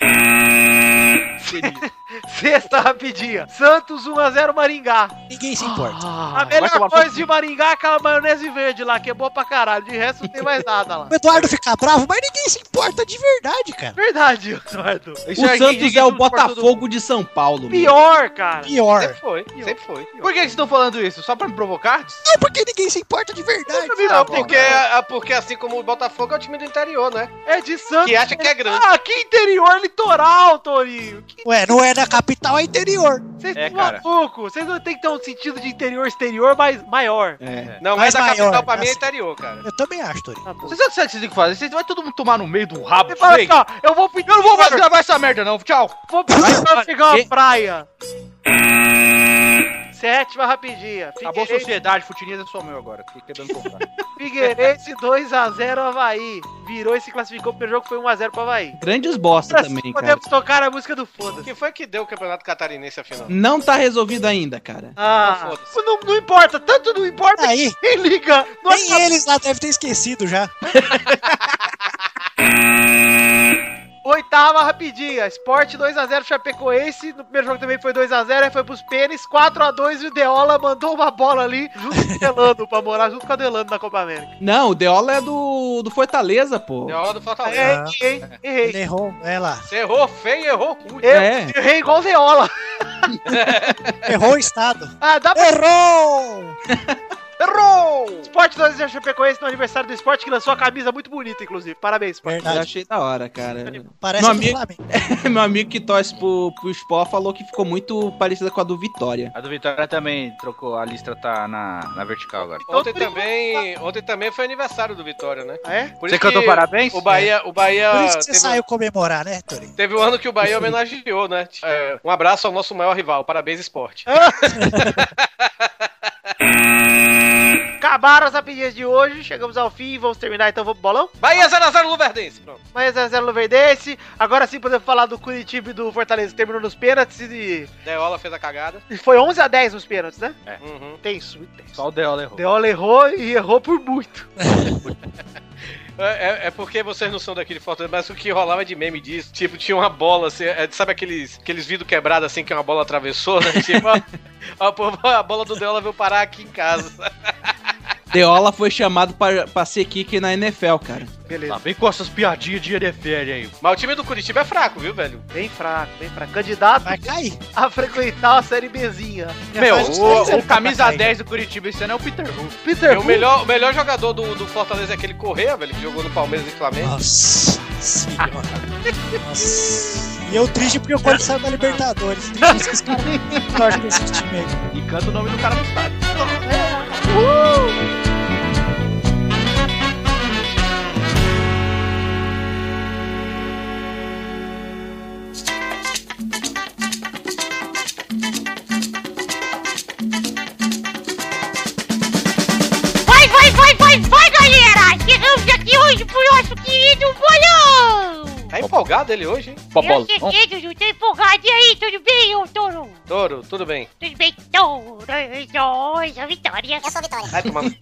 Sexta rapidinha. Santos 1x0 Maringá.
Ninguém se importa.
a melhor coisa de Maringá é aquela maionese verde lá, que é boa pra caralho. De resto não tem mais nada lá.
O Eduardo fica bravo, mas ninguém se importa de verdade, cara.
Verdade, Eduardo.
Isso
O
aí,
Santos
isso
é o
tudo pra todo mundo.
Botafogo de São Paulo. meu.
Pior, cara.
Sempre
Pior.
foi, sempre foi.
Por que eles estão falando isso? Só pra me provocar?
Não, porque ninguém se importa é de verdade.
Não, porque, ah, porque assim como o Botafogo é o time do interior, né?
É de Santos.
Que acha que é grande.
Ah, que interior litoral, Torinho. Que-
Ué, não é da capital, é interior.
Vocês
É,
estão
cara.
malucos. Vocês não tem que ter um sentido de interior exterior mais maior.
É.
Não,
Mas
mas, a
maior,
capital pra mim é
assim.
interior, cara.
Eu também acho, Tori.
Tá bom.
*laughs* Vocês sabem o que vocês têm que fazer? Vocês vão todo mundo tomar no meio do rabo.
Você fala
feio.
assim, ó, eu vou pedir
Eu não vou mais gravar essa merda, não. Tchau.
Vou precisar pegar uma
que-
praia. Sétima rapidinha.
Acabou a
Figueirense,
sociedade, futinha é só meu agora. Fiquei quebrando comprar.
Figueirense 2x0 Havaí. Virou e se classificou pro jogo, foi 1x0 pro Havaí.
Grandes bosta também, cara.
Podemos tocar a música do foda-se.
Que foi que deu o Campeonato Catarinense afinal?
Não tá resolvido ainda, cara.
Ah,
Foda-se.
não, não importa, tanto não importa
Aí,
que *laughs* quem liga. Não
Ah, nem eles lá devem ter esquecido já.
Oitava rapidinha. Sport 2x0 Chapecoense. No primeiro jogo também foi 2x0, aí foi pros pênis. 4x2 e o Deola mandou uma bola ali junto com o Delano pra morar junto com o Delano na Copa América.
Não, o Deola é do, do Fortaleza, pô.
Deu a hora do Fortaleza.
É, errei, errei.
Ele errou, é lá.
Você errou feio, errou ruim.
Eu
É.
errei igual o Deola.
Errou o estado.
Ah, dá pra.
Errou!
Errou!
Sport 2x0 Chapecoense no aniversário do esporte que lançou a camisa muito bonita, inclusive. Parabéns, Sport.
Eu
Verdade.
achei da hora, *laughs* cara.
Parece
Meu
a do
amigo-
Flamengo.
Meu amigo que torce pro, pro Sport falou que ficou muito parecida com a do Vitória.
*laughs* A do Vitória também trocou. A lista tá na, na vertical agora. tá-
Ontem também, ontem também foi aniversário do Vitória, né?
Então, Ah, é?
Por
Você
isso
cantou parabéns? *laughs*
O Bahia, o Bahia
Por isso
Ah,
que você
teve, um-
saiu comemorar, né, Tori?
teve um ano que o Bahia homenageou, né?
*laughs*
É, um abraço ao nosso maior rival. Parabéns, esporte.
Ah.
Acabaram as rapidinhas de hoje, chegamos ao fim, vamos terminar então, vamos pro bolão.
Bahia 0x0 Luverdense. Pronto.
Mais 0x0 no Verdense. Agora sim podemos falar do Curitiba e do Fortaleza, que terminou nos pênaltis e.
Deola fez a cagada.
e Foi 11x10 nos pênaltis, né?
Uhum.
Tenso, muito tenso.
É. Só o Deola errou.
Deola errou e errou por muito.
É, é- é porque vocês não são daquele Fortaleza, mas o que rolava de meme disso, tipo, tinha uma bola, assim, é, sabe aqueles, aqueles vidros quebrados assim que uma bola atravessou,
*laughs*
né? Tipo, a, a- a bola do Deola veio parar aqui em casa.
Deola foi chamado pra, pra ser kicker na NFL, cara.
Beleza.
Lá vem com essas piadinhas de NFL aí.
Mas o time do Curitiba é fraco, viu, velho?
Bem fraco, bem fraco. Candidato
Vai cair.
a frequentar a série Bzinha.
Já
Meu,
faz uns três
o,
anos
o
que tá
camisa
caindo.
10 do Curitiba esse ano é o Peter Hulk.
Peter
o,
Bull,
melhor, o melhor jogador do, do Fortaleza é aquele Correia, velho, que jogou no Palmeiras e Flamengo.
Nossa senhora. Nossa. E eu triste porque o Corinthians saiu da Libertadores. Tem
*laughs*
gente que os caras torcem pra esse time aí.
E canta o nome do cara no estádio.
Vai, vai, vai, vai, vai, galera! Chegamos aqui hoje pro nosso querido bolão!
Tá empolgado ele hoje, hein?
Eu cheguei, Dudu, tô empolgado. E aí, tudo bem, ô Toro?
Toro, tudo bem.
Tudo bem, Toro? Eu sou a Vitória. Eu sou Vitória.
Vai tomar. no-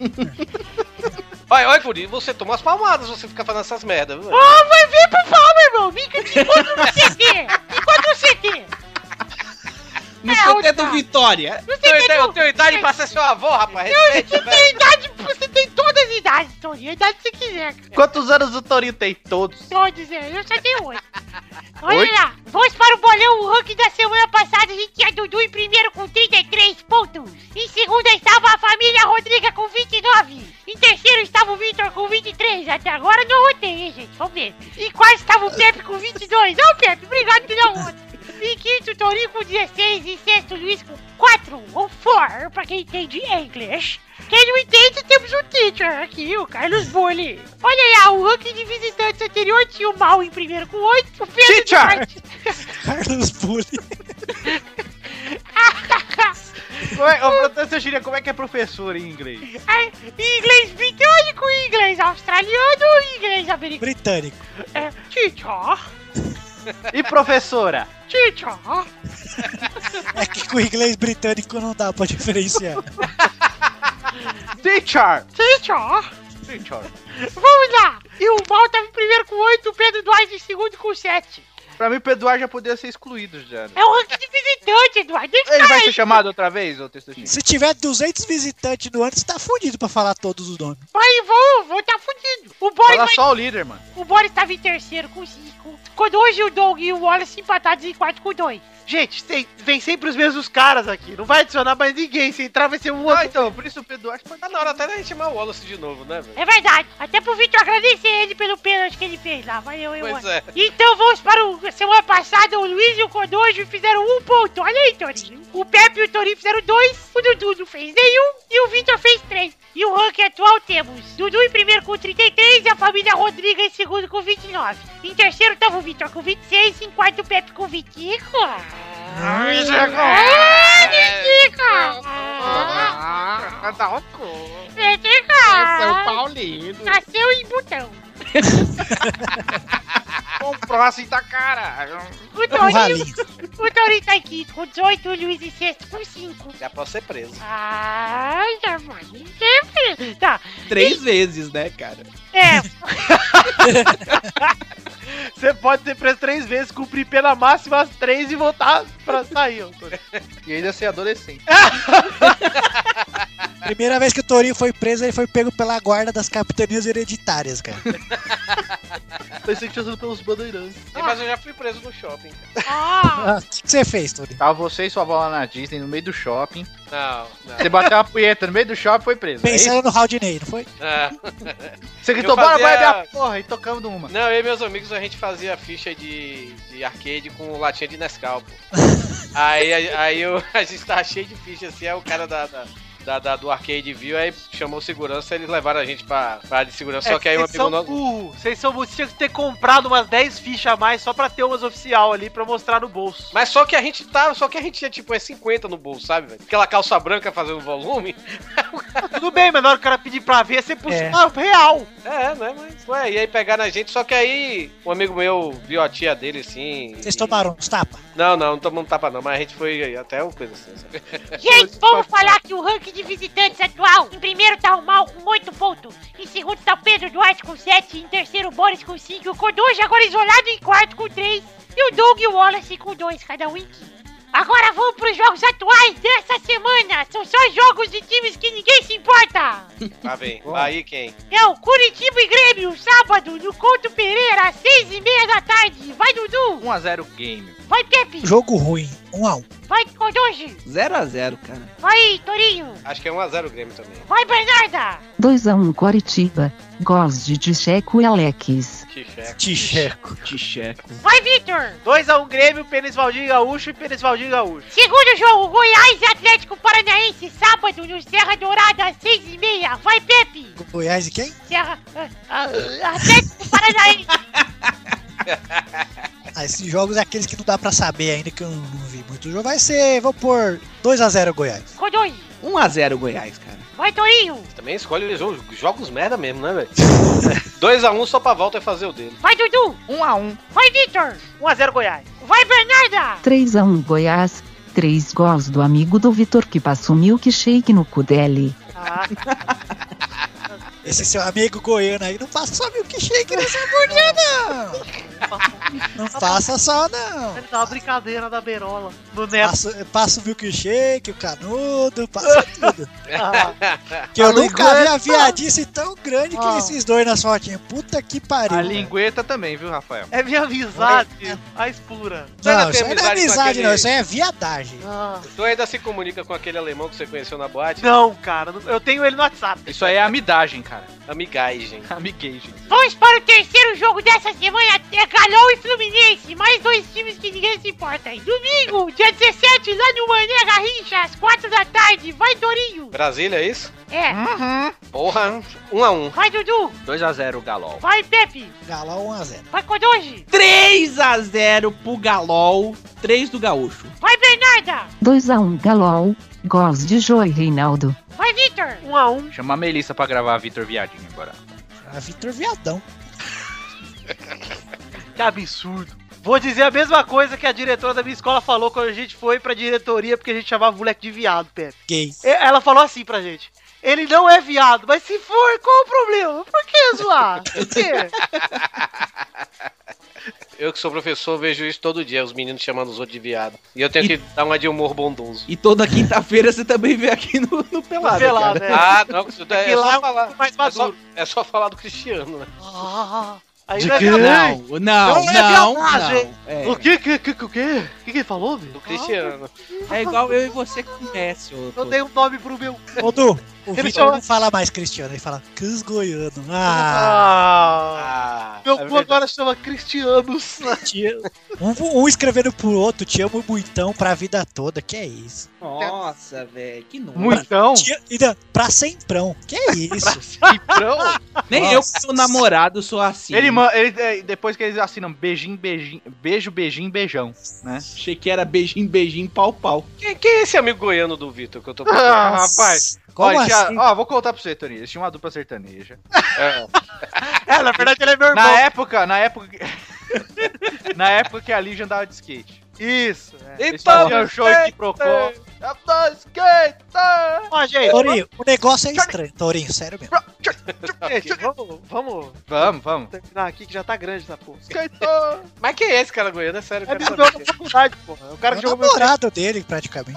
Olha, olha, Curi, você toma as palmadas, você fica fazendo essas merdas, viu? velho?
Ah, vai vir pro pau, meu irmão! Me me encontra no *laughs* CT! Me encontra no CT!
No
É,
CT
outra.
do Vitória.
No
Eu tenho,
CT
eu
do...
tenho idade pra ser sua avó, rapaz. Respeita,
Você tem idade, você tem todas as idades, Torinho. A idade que você quiser. cara.
Quantos anos o Torinho tem? Todos.
Todos eles. Eu só tenho oito. Olha lá. Vamos para o bolão. O ranking da semana passada. A gente tinha Dudu em primeiro com 33 pontos. Em segundo estava a família Rodriga com 29. Em terceiro estava o Vitor com 23. Até agora eu não rotei, hein, gente? Vamos ver. Em quarto estava o Pepe com 22. Ô, Pepe, obrigado um pela onda. Em quinto, Torinho com 16. Em sexto, Luiz com 4 ou 4, pra quem entende inglês. Quem não entende, temos um teacher aqui, o Carlos Bulli. Olha aí, o ranking de visitantes anterior tinha o Mal em primeiro com 8, o Pedro em
Teacher!
quarto-
Carlos Bulli.
Como é, ô, professor Gíria, como é que é professor em inglês?
Ai, inglês um, britânico, inglês australiano, inglês americano.
Britânico.
É, teacher,
E professora?
teacher.
É que com o inglês britânico não dá pra diferenciar.
Teacher!
Teacher!
Teacher.
Vamos lá! E o Mal tava em primeiro com 8, o Pedro Duarte em segundo com 7.
Pra mim, o Eduardo já poderia ser excluído já. né?
É o ranking de visitante, Eduardo. Deixa
Ele
o cara
vai
aí.
ser chamado outra vez, ô texto
Se tiver 200 visitantes no ano, você tá fudido pra falar todos os nomes.
Vai, vou, vou tá fudido. O Boris,
Fala
vai,
só o líder, mano.
o Boris tava em terceiro com 5. Quando hoje o Doug e o Wallace empatados em 4 com 2.
Gente, tem, vem sempre os mesmos caras aqui. Não vai adicionar mais ninguém. Se entrar, vai ser um outro.
Ah, então, por isso o Pedro Duarte pode
Tá na hora até da gente chamar o Wallace de novo, né, velho?
É verdade. Até pro Victor agradecer ele pelo pênalti que ele fez lá. Valeu, eu
Pois
acho.
é.
Então vamos para o. Semana passada, o Luiz e o Codojo fizeram um ponto. Olha aí, Torinho. O Pepe e o Torinho fizeram dois. O Dudu não fez nenhum. E o Victor fez três. E o ranking atual temos Dudu em primeiro com 33 e a família Rodrigo em segundo com 29. Em terceiro tava o Victor com 26. Em quarto, o Pepe com 25. Ah, Nitica!
um
Nitica! São Paulino. Nasceu em botão.
comprar assim da cara.
O
É um
Torinho,
ralinho.
o Torinho tá em quinto com 18, o Luiz em sexto com 5.
Já posso ser preso.
Ai, já vai. Sempre. Tá.
É, Três vezes, né, cara?
É,
Você pode ser preso três vezes, cumprir pena máxima as três e voltar pra sair. ô, Torinho.
E ainda ser adolescente.
Primeira vez que o Torinho foi preso, ele foi pego pela guarda das capitanias hereditárias, cara.
Tô incentivando pelos bandeirantes.
Ei, é. Mas eu já fui preso no shopping.
ó.
Ah, O que que você fez, Torinho?
Tava Tá, você e sua avó lá na Disney, no meio do shopping.
Não, não.
Você bateu uma punheta no meio do shopping e foi preso. É isso?
Pensando no Haldinei, não foi?
não.
Você gritou,
Eu
bora,
fazia-
vai, minha porra, e tocamos numa.
Não, eu e meus amigos a gente fazia ficha de, de arcade com latinha de Nescau, pô. aí aí, aí eu- a gente tava cheio de ficha, assim, aí o cara da. da- da- da- do arcade viu, aí chamou o segurança eles levaram a gente pra, pra área de segurança. só que aí um
É, vocês
amigo
são
nosso.
burro. Vocês são burros. Tinha que ter comprado umas 10 fichas a mais só pra ter umas oficial ali pra mostrar no bolso.
Mas só que a gente tava, só que a gente tinha tipo é 50 no bolso, sabe, velho? Aquela calça branca fazendo volume.
*laughs* Tudo bem, mas na hora que o cara pedir pra ver, você puxa
É.
ah, real.
É, né? Mas, ué, e aí pegaram a gente, só que aí um amigo meu viu a tia dele assim.
Vocês
e-
tomaram uns tapas?
Não, não, não tomamos tapa não, mas a gente foi até o coisa assim. sabe?
Gente, vamos falar que o ranking de visitantes atual. Em primeiro tá o Mal com 8 pontos. Em segundo tá o Pedro Duarte com 7. Em terceiro, o Boris com 5. O Codojo agora isolado em quarto com 3. E o Doug e o Wallace com 2, cada um em quinto. Agora vamos pros jogos atuais dessa semana. São só jogos de times que ninguém se importa.
Lá vem, Bahia e quem?
É o Curitiba e Grêmio, sábado, no Couto Pereira, às seis e meia da tarde. Vai, Dudu!
1x0 game.
Vai, Pepe!
Jogo ruim, um a um.
Vai, Codoji!
0 a 0 cara.
Vai, Torinho!
Acho que é 1x0 o Grêmio também.
Vai, Bernarda!
2x1 Coritiba. Gols de Dicheco e Alex.
Xixé.
Ticheco.
Ticheco.
Vai, Vitor!
2x1 Grêmio, Pênis Valdir Gaúcho e Pênis Valdir Gaúcho.
Segundo jogo, Goiás e Atlético Paranaense, sábado, no Serra Dourada, às seis e meia. Vai, Pepe!
Goiás e quem?
Serra... ah, ah, Atlético Paranaense!
Ah, esses jogos é aqueles que não dá pra saber ainda, que eu não, não vi muito jogo. Vai ser, vou pôr 2x0 Goiás.
Codoji!
1 a 0 Goiás, cara.
ah, Vai, Torinho!
Também escolhe os jogos, jogos merda mesmo, né, velho? *laughs* 2x1 só pra Walter fazer o dele.
Vai, Dudu!
1x1.
Vai, Vitor!
1x0 Goiás.
Vai, Bernarda!
3x1 Goiás. 3 gols do amigo do Vitor que passa o milkshake no cu dele.
Ah, *laughs*
Esse seu amigo goiano aí não passa só milkshake nessa bunda, não. Não faça só, não.
Ele dá uma brincadeira da beirola do Neto.
Passa, passa o milkshake, o canudo, passa tudo.
Ah,
Que eu
A
nunca vi a
linguiça.
viadice tão grande que
Ah.
esses dois na fotinha. Puta que pariu.
A lingueta também, viu, Rafael?
é minha amizade, a espura.
Você ainda
Não,
tem
isso aí não é
amizade com
amizade,
aquele-
não. Isso aí é viadagem.
Ah,
Tu ainda se comunica com aquele alemão que você conheceu na boate?
Não, cara, não- eu tenho ele no WhatsApp.
Isso aí é amidagem, cara. *laughs*
Amigagem.
Amiguagem.
Vamos para o terceiro jogo dessa semana, é Galol e Fluminense, mais dois times que ninguém se importa. Domingo, dia 17, lá no Mané Garrincha, às 4 da tarde, vai Dorinho.
Brasília, é isso?
É,
Uhum.
Porra, um a um.
vai Dudu,
2x0 o Galol.
vai Pepe,
Galão 1x0.
vai Kodoji,
3x0 pro Galol, 3 do Gaúcho.
vai Bernarda,
2x1 Galol, gols de Joe e Reinaldo.
vai Vitor,
Um a um.
Chama a Melissa pra gravar a Vitor Viadinho agora.
A É Vitor Viadão.
Que absurdo. Vou dizer a mesma coisa que a diretora da minha escola falou quando a gente foi pra diretoria, porque a gente chamava o moleque de viado, Pepe.
Gay.
E- Ela falou assim pra gente. Ele não é viado, mas se for, qual o problema? Por que zoar? Por *laughs* quê?
Eu que sou professor vejo isso todo dia, os meninos chamando os outros de viado. E eu tenho
E-
que dar uma de humor bondoso.
E toda quinta-feira você também vê aqui no, no Pelada.
Sei lá,
cara.
né?
Ah, não, isso daí é,
que lá é
só
um
falar.
pouco mais
É só,
maduro.
é só falar do Cristiano, né?
Ah, aí
De
não é
que?
viadagem.
Não, não,
Não é
não.
viadagem.
não. É,
O que, que, que, que, o quê? O que que ele falou, velho?
Do Cristiano.
é igual eu e você que conhece, ô.
Eu dei um nome pro meu.
Ô, Du, o
Ele
Vitor
chama-
não fala mais cristiano, ele fala Cus Goiano. Ah,
Ah,
Ah,
meu
é
cu
verdade.
agora chama Cristianos.
te- um, um escrevendo pro outro, te amo muitão pra vida toda. Que é isso?
Nossa, velho, que nojo.
*laughs*
Muitão?
Te- e da- pra semprão. Que é isso?
Ciprão?
Nem eu
Nossa.
que sou namorado sou assim.
Ele, ma- ele, é, depois que eles assinam beijinho, beijinho, beijo, beijinho, beijão, né?
Achei que era beijinho, beijinho, pau, pau.
Quem, quem é esse amigo goiano do Vitor que eu tô procurando?
Ah, rapaz.
Como
ó, tinha-
assim?
ó, vou contar pra você, Tony. Eles tinham uma dupla sertaneja.
É, na verdade ele é meu
Na época, na época. que- *laughs* na época que a Lígia andava de skate.
Isso. é.
Eles
Então,
faziam um show de procó.
Ó, gente,
Torinho, o negócio é estranho. Torinho, sério mesmo.
gente, vamos, vamos
Vamos, vamos.
terminar aqui que já tá grande essa porra.
Mas quem é esse cara goiano? É sério, eu
É
quero
meu
saber.
da faculdade, porra. É O cara
É
que
o
jogou meu
namorado dele, praticamente.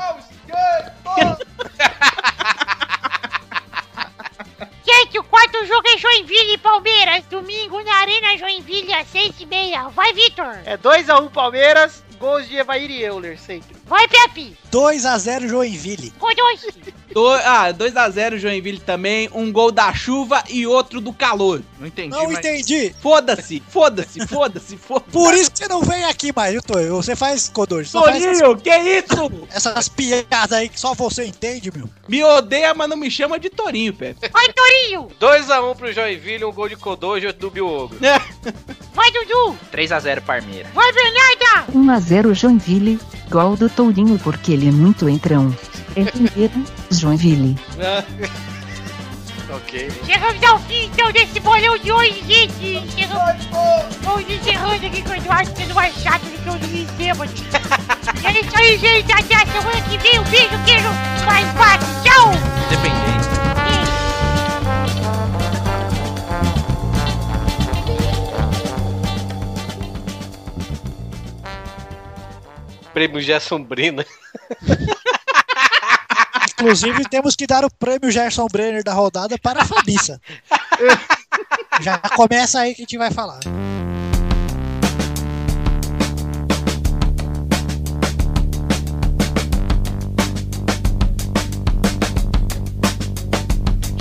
gente, o quarto jogo é Joinville e Palmeiras, domingo na Arena Joinville, às 6 e meia, vai Vitor,
É 2x1 Palmeiras, gols de Evair e Euler sempre.
vai Pepe,
2x0 Joinville.
Kodoji,
Do- ah, 2x0 Joinville também. Um gol da chuva e outro do calor.
Não entendi,
Não
mas-
entendi.
Foda-se, foda-se, foda-se, foda-se.
Por isso que você não vem aqui mais, viu, Torinho? Você faz Codor. Só faz essas,
Torinho, que isso?
essas piadas aí que só você entende, meu.
Me odeia, mas não me chama de Torinho, Pepe.
vai Torinho,
2x1 pro Joinville, um gol de Kodoji e outro do Biogo.
vai Dudu,
3x0 Parmeira.
vai Bernarda,
1x0 Joinville, gol do Tourinho porque ele é muito entrão. É primeiro, Joinville.
ok.
Chegamos ao fim então desse bolão de hoje, gente! Chegamos... Vamos encerrando aqui com o Eduardo sendo mais chato do que o Luiz Bêbado.
*laughs*
é isso aí, gente! Até a semana que vem! Um beijo, queijo, mais bate! Tchau!
Independente.
Prêmio Gerson Brina.
Inclusive, *laughs* temos que dar o prêmio Gerson Brenner da rodada para a Fabiça. Já começa aí que a gente vai falar.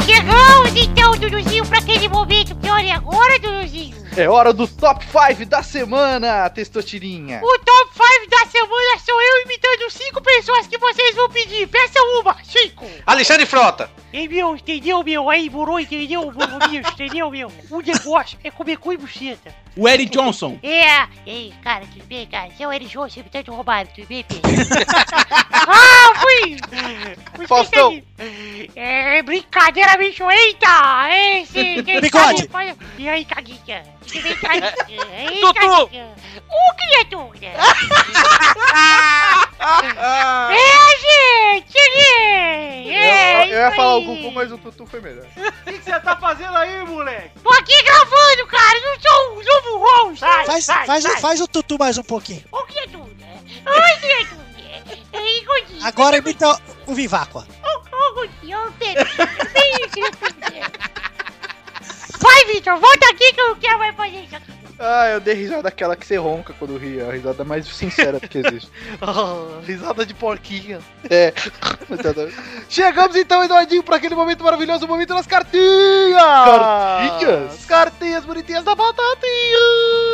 Chegamos então, Duduzinho, pra aquele momento que olha agora, Duduzinho!
É hora do top 5 da semana, Testotirinha.
O top 5 da semana sou eu imitando cinco pessoas que vocês vão pedir! Peça uma! Cinco!
Alexandre Frota.
Ei, meu, entendeu, meu? Aí, morou, entendeu, meu, meu, entendeu, meu? O negócio é comer cu e buceta.
O Eric Johnson.
É! Ei, cara, tudo bem, cara? Seu Eric Johnson, me tanto roubado, tudo bem, Pedro? ah, fui! Fui
Faustão.
esquecido. É, brincadeira, bicho, eita! Esse... quem
Bigode.
sabe faz- E aí, caguinha? Tudo bem, caguinha? Ei,
Tutu.
caguinha? Ô, criatura! é, gente! Cheguei! É,
eu, eu ia
isso
falar o
aí.
Gugu, mas o Tutu foi melhor.
O que que você tá fazendo aí, moleque?
Tô aqui gravando, cara! Não sou um novo host! Sai!
Faz,
vai,
faz,
vai.
faz o tutu mais um pouquinho.
Ô, criatura! é Ai, é criatura! Ei, gordinho!
Agora imita o Vivaco. ó.
Ô, ô, gordinho, ô, Pedro! Vem, criatura! Vai, Vitor, volta aqui que é eu quero mais fazer isso aqui!
Ah, eu dei risada daquela que você ronca quando ri. É a risada mais sincera que existe.
Ah, risada de porquinha.
Exatamente.
Chegamos então, Eduardinho, para aquele momento maravilhoso, o momento das cartinhas! Cartinhas? Cartinhas bonitinhas da batatinha!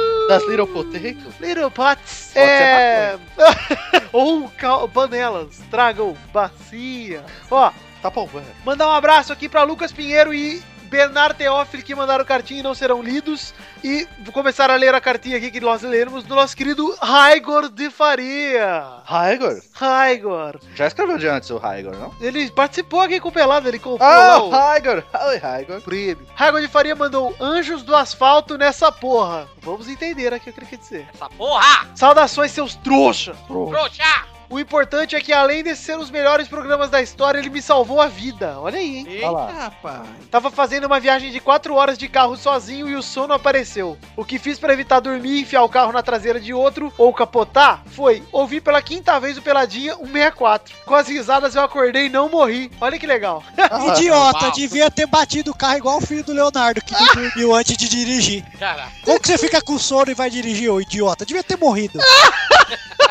*laughs* Das Little Potato?
Little Pots.
Pode
é... *laughs* Ou cal- panelas, tragam bacia. Ó,
Tá palvando.
Mandar um abraço aqui pra Lucas Pinheiro e Bernardo Teófilo que mandaram cartinha e não serão lidos. E vou começar a ler a cartinha aqui que nós lermos do nosso querido Raigor de Faria.
Raigor?
Raigor.
Já escreveu de antes o Raigor, não?
Ele participou aqui com o Pelado, ele comprou lá o
Ah, Raigor! Oi, Raigor.
prêmio. Raigor de Faria mandou anjos do asfalto nessa porra. Vamos entender aqui o que ele quer dizer.
Essa porra!
Saudações, seus trouxa.
Trouxa!
O importante é que além de ser os melhores programas da história, ele me salvou a vida. Olha aí, hein?
Eita,
rapaz.
Tava fazendo uma viagem de 4 horas de carro sozinho e o sono apareceu. O que fiz pra evitar dormir e enfiar o carro na traseira de outro ou capotar foi ouvir pela quinta vez o Peladinha 164. Com as risadas eu acordei e não morri. Olha que legal. Ah,
Idiota,
uau.
devia ter batido o carro igual o filho do Leonardo, que
Ah.
não dormiu antes de dirigir.
cara.
Como que você fica com sono e vai dirigir, ô idiota? Devia ter morrido.
Ah,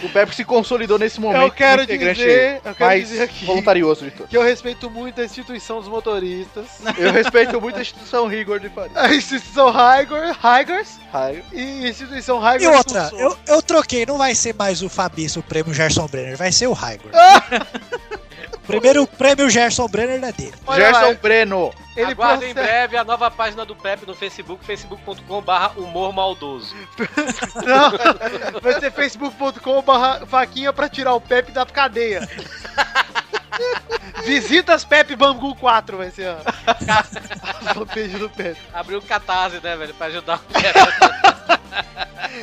O Pepe se consolidou nesse momento.
eu quero
como integrante
dizer, eu quero
mais
dizer aqui
voluntarioso de todos.
que eu respeito muito a instituição dos motoristas,
Eu respeito muito a instituição Rigor de Paris.
a instituição Raigor, Raigors
Raigor.
e a instituição Raigor.
E outra,
Sul.
eu, eu troquei, não vai ser mais o Fabício o prêmio Gerson Brenner, vai ser o Raigor.
Ah.
*laughs* Primeiro prêmio Gerson Brenner é dele.
Olha
Gerson
lá,
Breno.
ele
Aguarda em
processa-
breve a nova página do Pepe no Facebook, facebook.com.br humor maldoso.
Não, vai ser facebook.com.br faquinha pra tirar o Pepe da cadeia. Visitas Pepe Bangu 4 vai ser a, *laughs* a fanpage do Pepe.
Abriu o catarse, né, velho? Pra ajudar o Pepe.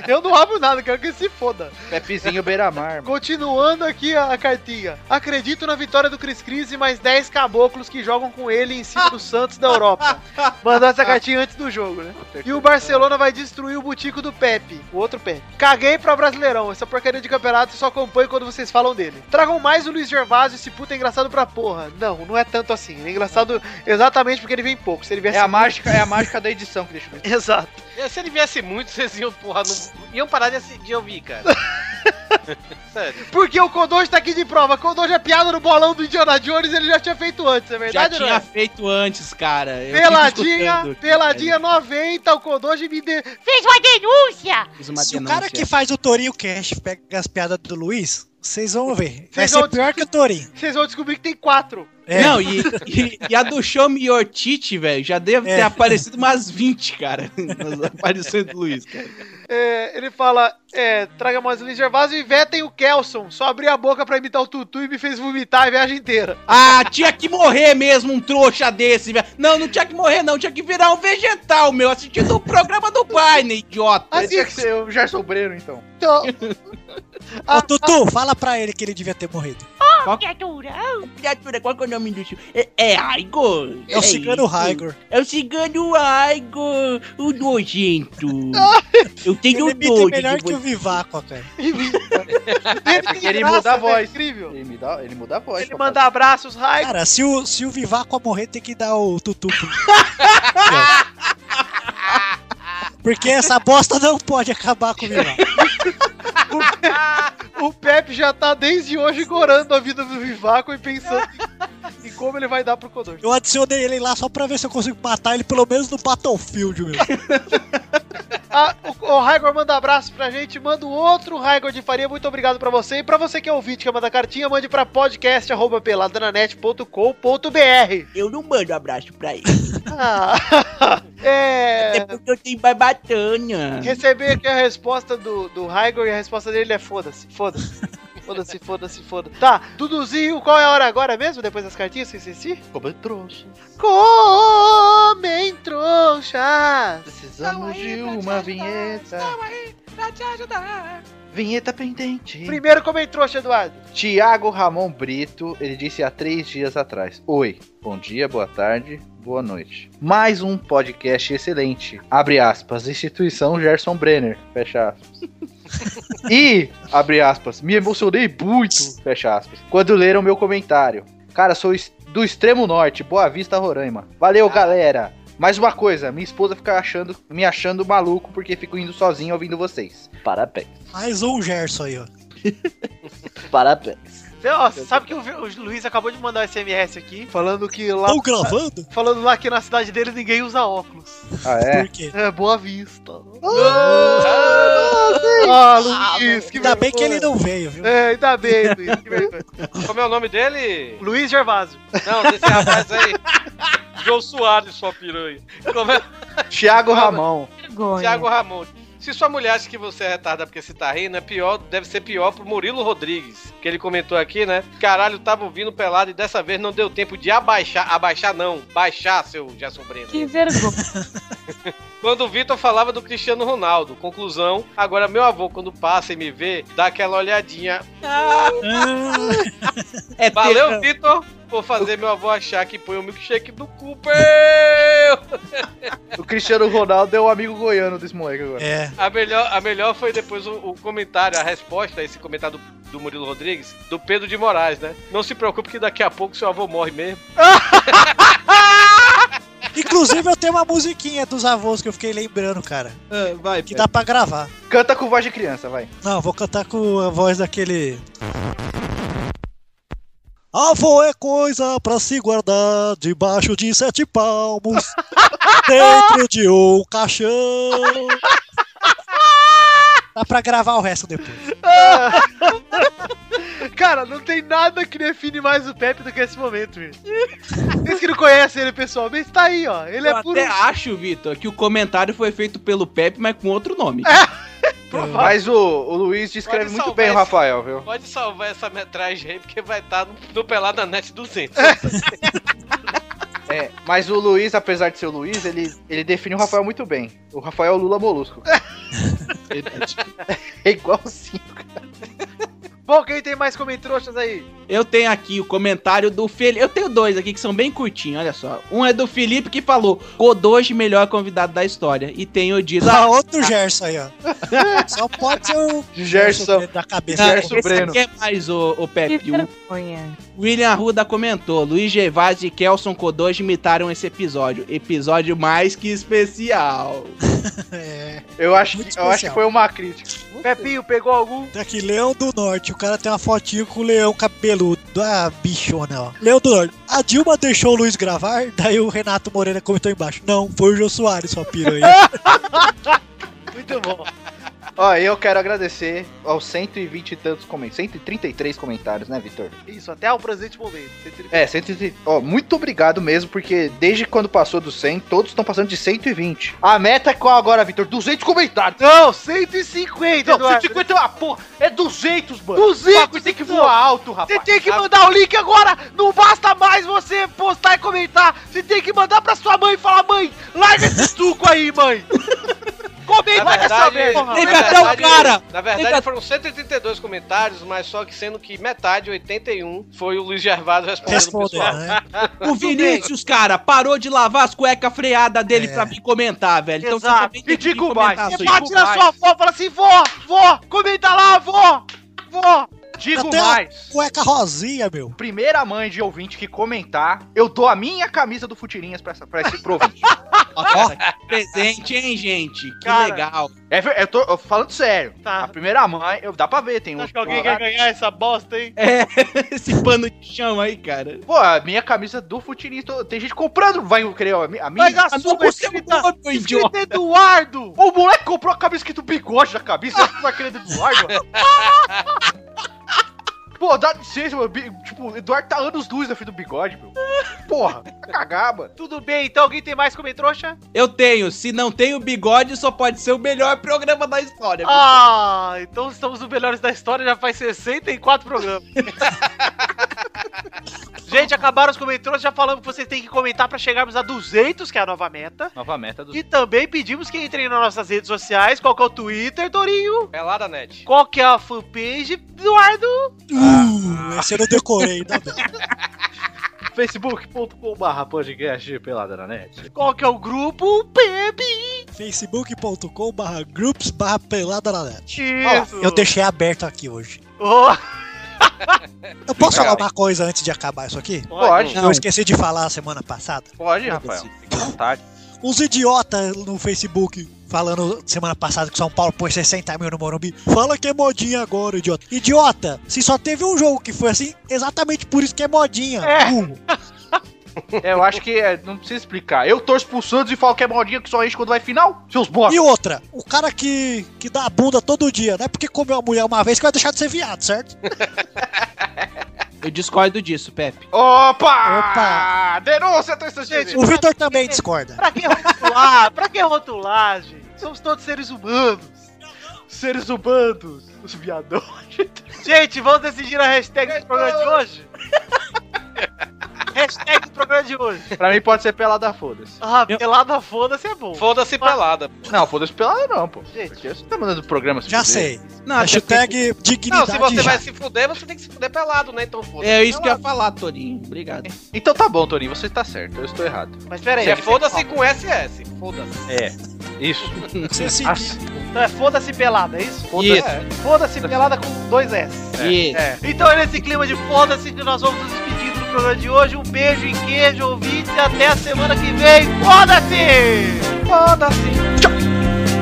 Eu não abro nada, quero que se foda.
Pepezinho Beiramar. mano.
Continuando aqui a, a cartinha. Acredito na vitória do Cris Cris e mais 10 caboclos que jogam com ele em cima do Santos da Europa. Mandou essa cartinha antes do jogo, né? *laughs* E o Barcelona vai destruir o butico do Pepe, o outro Pepe. Caguei pra Brasileirão, essa porcaria de campeonato eu só acompanho quando vocês falam dele. Tragam mais o Luiz Gervásio, esse puta é engraçado pra porra. Não, não é tanto assim. Ele é engraçado exatamente porque ele vem pouco. Se ele viesse
É a mágica, é a mágica da edição que deixa eu ver.
Exato.
E Se ele viesse muito, vocês iam, porra, não... iam parar de, assi- de ouvir, cara. Sério.
Porque o Kodoji tá aqui de prova. Kodoji é piada no bolão do Indiana Jones, ele já tinha feito antes, é
Já
verdade ou não?
tinha feito antes, cara. Eu tive
Peladinha,
escutando.
peladinha 90, o Kodoji me deu.
Fez uma denúncia!
Fiz uma
Se o
denúncia.
cara que faz o Torinho Cash pega as piadas do Luiz, vocês vão ver. Vai
Vocês vão
ser pior que o Torinho.
Vocês vão descobrir que tem quatro.
É.
Não, e, e- e a do Show Me Your Tite, velho, já deve ter
É.
aparecido umas 20, cara. Nas aparições do Luiz, cara.
É, ele fala: é, traga mais o Luiz Gervásio e vetem o Kelson. Só abri a boca pra imitar o Tutu e me fez vomitar a viagem inteira.
Ah, tinha que morrer mesmo um trouxa desse, velho. Não, não tinha que morrer, não. Tinha que virar um vegetal, meu. Assistindo o programa do pai, né, idiota.
Tinha que ser o Gerson Breno, então.
Então,
*laughs*
Ah,
Ô Tutu, fala pra ele que ele devia ter morrido.
Qual-
Criatura!
Criatura, qual que é o nome do tio? É, é Igor?
É o cigano
isso.
Raigor.
É o cigano Igor, o nojento. Eu tenho
Ele
nojo
imita
um de
melhor que
você.
o Vivaco, cara.
É, porque ele muda a voz.
É incrível.
Ele, me dá, ele muda a voz.
Ele
papai.
manda abraços, Raik.
Cara, se o, se o Vivaco morrer, tem que dar o Tutu.
*laughs*
pro- Porque essa bosta não pode acabar com o Vivaco.
*laughs*
O Pepe já tá desde hoje gorando a vida do Vivaco e pensando em, em como ele vai dar pro Kodoji.
Eu adicionei ele lá só pra ver se eu consigo matar ele pelo menos no Battlefield, meu.
Ah, o, o Raigor manda abraço pra gente, manda um outro Raigor de Faria, muito obrigado pra você. E pra você que é ouvinte, que manda cartinha, mande pra
*laughs*
podcast.peladranet.com.br
Eu não mando abraço pra ele.
ah, *laughs*
É
É...
porque eu tenho barbatana.
*laughs* Receber aqui a resposta do, do Raigor e a resposta dele é foda-se, foda-se. *laughs* Foda-se, foda-se, foda-se. Tá, Duduzinho, qual é a hora agora mesmo? Depois das cartinhas que eu esqueci?
Como eu trouxe.
Comem trouxas! Tá
Precisamos de uma vinheta.
Pra te ajudar!
Vinheta pendente.
Primeiro comem trouxa, Eduardo.
Tiago Ramon Brito, ele disse há três dias atrás: Oi, bom dia, boa tarde, boa noite. Mais um podcast excelente. Abre aspas, instituição Gerson Brenner, fecha aspas. e, abre aspas, me emocionei muito, fecha aspas, quando leram meu comentário. Cara, sou es- do extremo norte, Boa Vista, Roraima. Valeu, galera! Mais uma coisa, minha esposa fica achando, me achando maluco porque fico indo sozinho ouvindo vocês. Parabéns,
Mais um Gerson aí, ó.
parabéns.
Você, ó, sabe que o, o Luiz acabou de mandar um SMS aqui falando que lá.
Estão gravando?
Falando lá que na cidade dele ninguém usa óculos.
Ah, é?
*laughs* Por quê?
É, boa vista. Ah, Luiz, que
Ainda bem que ele
vergonha.
não veio, viu?
É, ainda bem, Luiz, que vergonha.
Como é o nome dele?
Luiz Gervásio.
Não, desse rapaz aí. João Soares, sua piranha. Como é?
Tiago Ramon.
Tiago Ramon. Se sua mulher acha que você é retardado porque se tá rindo, é pior, deve ser pior pro Murilo Rodrigues, que ele comentou aqui, né? Caralho, tava ouvindo pelado e dessa vez não deu tempo de abaixar, abaixar não, baixar, seu Gerson Breno.
Que vergonha.
Quando o Vitor falava do Cristiano Ronaldo, conclusão, agora meu avô quando passa e me vê, dá aquela olhadinha.
Ah,
É
Valeu, Vitor, por fazer meu avô achar que põe o milkshake do Cooper.
O Cristiano Ronaldo é o amigo goiano desse moleque agora.
é.
A melhor, a melhor foi depois o, o comentário, a resposta a esse comentário do, do Murilo Rodrigues, do Pedro de Moraes, né? Não se preocupe que daqui a pouco seu avô morre mesmo.
Inclusive eu tenho uma musiquinha dos avós que eu fiquei lembrando, cara.
Ah, vai,
Que
Pedro.
dá pra gravar.
Canta com voz de criança, vai.
Não, vou cantar com a voz daquele. Avô é coisa pra se guardar debaixo de sete palmos, dentro de um caixão. Dá pra gravar o resto depois.
Cara, não tem nada que define mais o Pepe do que esse momento, velho. Vocês que não conhecem ele pessoalmente, tá aí, ó. Ele
Eu
é puro.
até acho, Vitor, que o comentário foi feito pelo Pepe, mas com outro nome.
É.
Mas o, o Luiz descreve
Pode
muito
salvar
bem o
esse-
Rafael, viu?
Pode salvar essa metragem aí, porque vai estar no, no Pelada Net 200.
É, mas o Luiz, apesar de ser o Luiz, ele, ele define o Rafael muito bem. O Rafael é o Lula Molusco. *laughs* É igualzinho.
Bom, quem tem mais comentroxas aí?
Eu tenho aqui o comentário do Felipe. Eu tenho dois aqui que são bem curtinhos, olha só. Um é do Felipe que falou: Godoji, melhor convidado da história. E tem o Diz.
Tá
Dá outro Gerson aí, ó. Só pode ser o
Gerson.
da cabeça.
Gerson
esse
Breno.
aqui é mais, o,
Que
Pepe. O
vergonha.
William Arruda comentou: Luiz Gervais e Kelson Godoji imitaram esse episódio. Episódio mais que especial.
É.
Eu acho,
Muito
que, eu acho que
especial.
foi uma crítica.
Pepinho, pegou algum?
Tem aqui, Leão do Norte. O cara tem uma fotinho com o leão cabeludo. Ah, bichona, ó. Leão do Norte. A Dilma deixou o Luiz gravar, *laughs* daí o Renato Moreira comentou embaixo. Não, foi o Jô Soares, sua piranha.
Muito bom.
Ó, eu quero agradecer aos 120 e tantos comentários. 133 comentários, né, Vitor?
Isso, até o presente momento.
É, 130. Ó, muito obrigado mesmo, porque desde quando passou do 100, todos estão passando de 120. A meta é qual agora, Vitor? 200 comentários.
Não, 150,
Não,
Eduardo.
150 é uma porra. É 200, mano.
200,
O bagulho tem que voar alto,
Você
rapaz.
tem que mandar o link agora! Não basta mais você postar e comentar! Você tem que mandar pra sua mãe e falar, mãe, larga
*laughs*
esse suco aí, mãe! Comenta
Na
essa
verdade,
merda!
na
Teve até o
verdade-
cara.
Na
Teve a-
verdade, foram 132 comentários, mas só que sendo que metade, 81, foi o Luiz Gervado respondendo o
Respondeu,
pessoal.
né?
O Vinícius, cara, parou de lavar as cuecas freadas dele
É.
pra vir comentar, velho. Então
Exato.
você também
E
tem que
digo
vir comentar
mais,
isso
Você
aí.
bate na sua avó e fala assim, vó, vó, comenta lá, vó, vó!
Digo
Até a-
mais.
Cueca rosinha, meu.
Primeira mãe de ouvinte que comentar, eu dou a minha camisa do Futirinhas pra, essa, pra esse provinte.
Ó, presente, hein, gente? Que
Cara.
legal.
*laughs* é, ver- eu tô eu falando sério. A
Tá.
primeira mãe, eu, dá pra ver, tem um.
Acho que alguém quer ganhar essa bosta, hein?
É, *laughs* Esse pano de chão aí, cara.
Pô, a minha camisa do Futirinhas, tô- tem gente comprando, vai querer a mi- a minha.
Mas a
Mas
sua é
Ah, não consigo
escrita,
pôr, meu idiota.
escrita Eduardo!
é O moleque comprou a camisa escrito bigode na camisa, acho que vai querer do
*laughs*
Eduardo. mano. Pô, dá licença, meu. bi- Tipo, o Eduardo tá anos luz na frente do bigode, meu. Porra, tá cagar, mano.
Tudo bem, então alguém tem mais comentroxa?
Eu tenho. Se não tem o bigode, só pode ser o melhor programa da história.
Ah, então estamos nos melhores da história, já faz 64 programas. Gente, acabaram os comentários, já falamos que vocês têm que comentar pra chegarmos a 200, que é a nova meta.
Nova meta do.
E também pedimos que entrem nas nossas redes sociais, qual que é o Twitter, Dorinho?
Pelada Net.
Qual que é a fanpage, Eduardo?
Uh, esse eu não decorei, ainda bem.
facebook.com.br podcast pelada na net.
Qual que é o grupo? Baby!
*laughs* facebook.com barra groups barra pelada na net.
Isso!
Eu deixei aberto aqui hoje.
Ô,
Eu posso
Legal.
falar uma coisa antes de acabar isso aqui?
Pode,
Eu esqueci de falar semana passada.
pode, Rafael. Fique à vontade.
Os idiotas no Facebook falando semana passada que São Paulo pôs 60 mil no Morumbi. Fala que é modinha agora, idiota. Idiota, se só teve um jogo que foi assim, exatamente por isso que é modinha.
É.
burro.
É, eu acho que é, não precisa explicar. Eu torço pro Santos e falo que é modinha que só enche quando vai final. Seus bosta.
E outra, o cara que, que dá a bunda todo dia, não é porque comeu a mulher uma vez que vai deixar de ser viado, certo?
Eu discordo disso, Pepe.
Opa! Denúncia, Tristan Gente,
O Vitor também discorda.
pra que rotular? pra que rotular, gente? Somos todos seres humanos.
seres humanos, os viadão.
Gente, vamos decidir a hashtag do programa de hoje? hashtag do programa de hoje.
Pra mim pode ser pelada, foda-se.
Ah,
Eu-
pelada foda-se é bom.
Foda-se pelada.
Não, foda-se pelada não, pô.
Gente.
Porque você tá mandando programa se
Já
fuder.
sei.
Não, até
Hashtag
Não,
dignidade
se você
já.
vai se fuder, você tem que se fuder pelado, né? Então
porque-
foda-se.
Ah, É isso que eu ia falar, Torinho. Obrigado.
Então tá bom, Toninho, você tá certo, eu estou errado.
Mas peraí.
É foda-se com SS. Foda-se.
É. Isso.
Você se-
As-
Então é foda-se pelada, é isso?
Isso.
Foda-se pelada com dois S.
Isso.
É. Então é nesse clima de foda-se que nós vamos nos despedindo do programa de hoje. Um beijo e queijo, ouvintes, e até a semana que vem. Foda-se! Foda-se!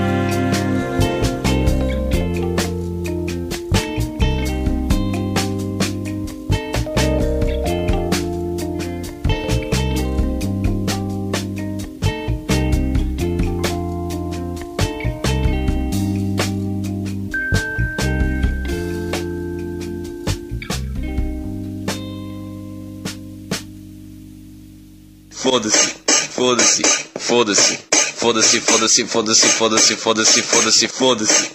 Foda-se, foda-se, foda-se, foda-se, foda-se, foda-se, foda-se, foda-se, foda-se, foda-se.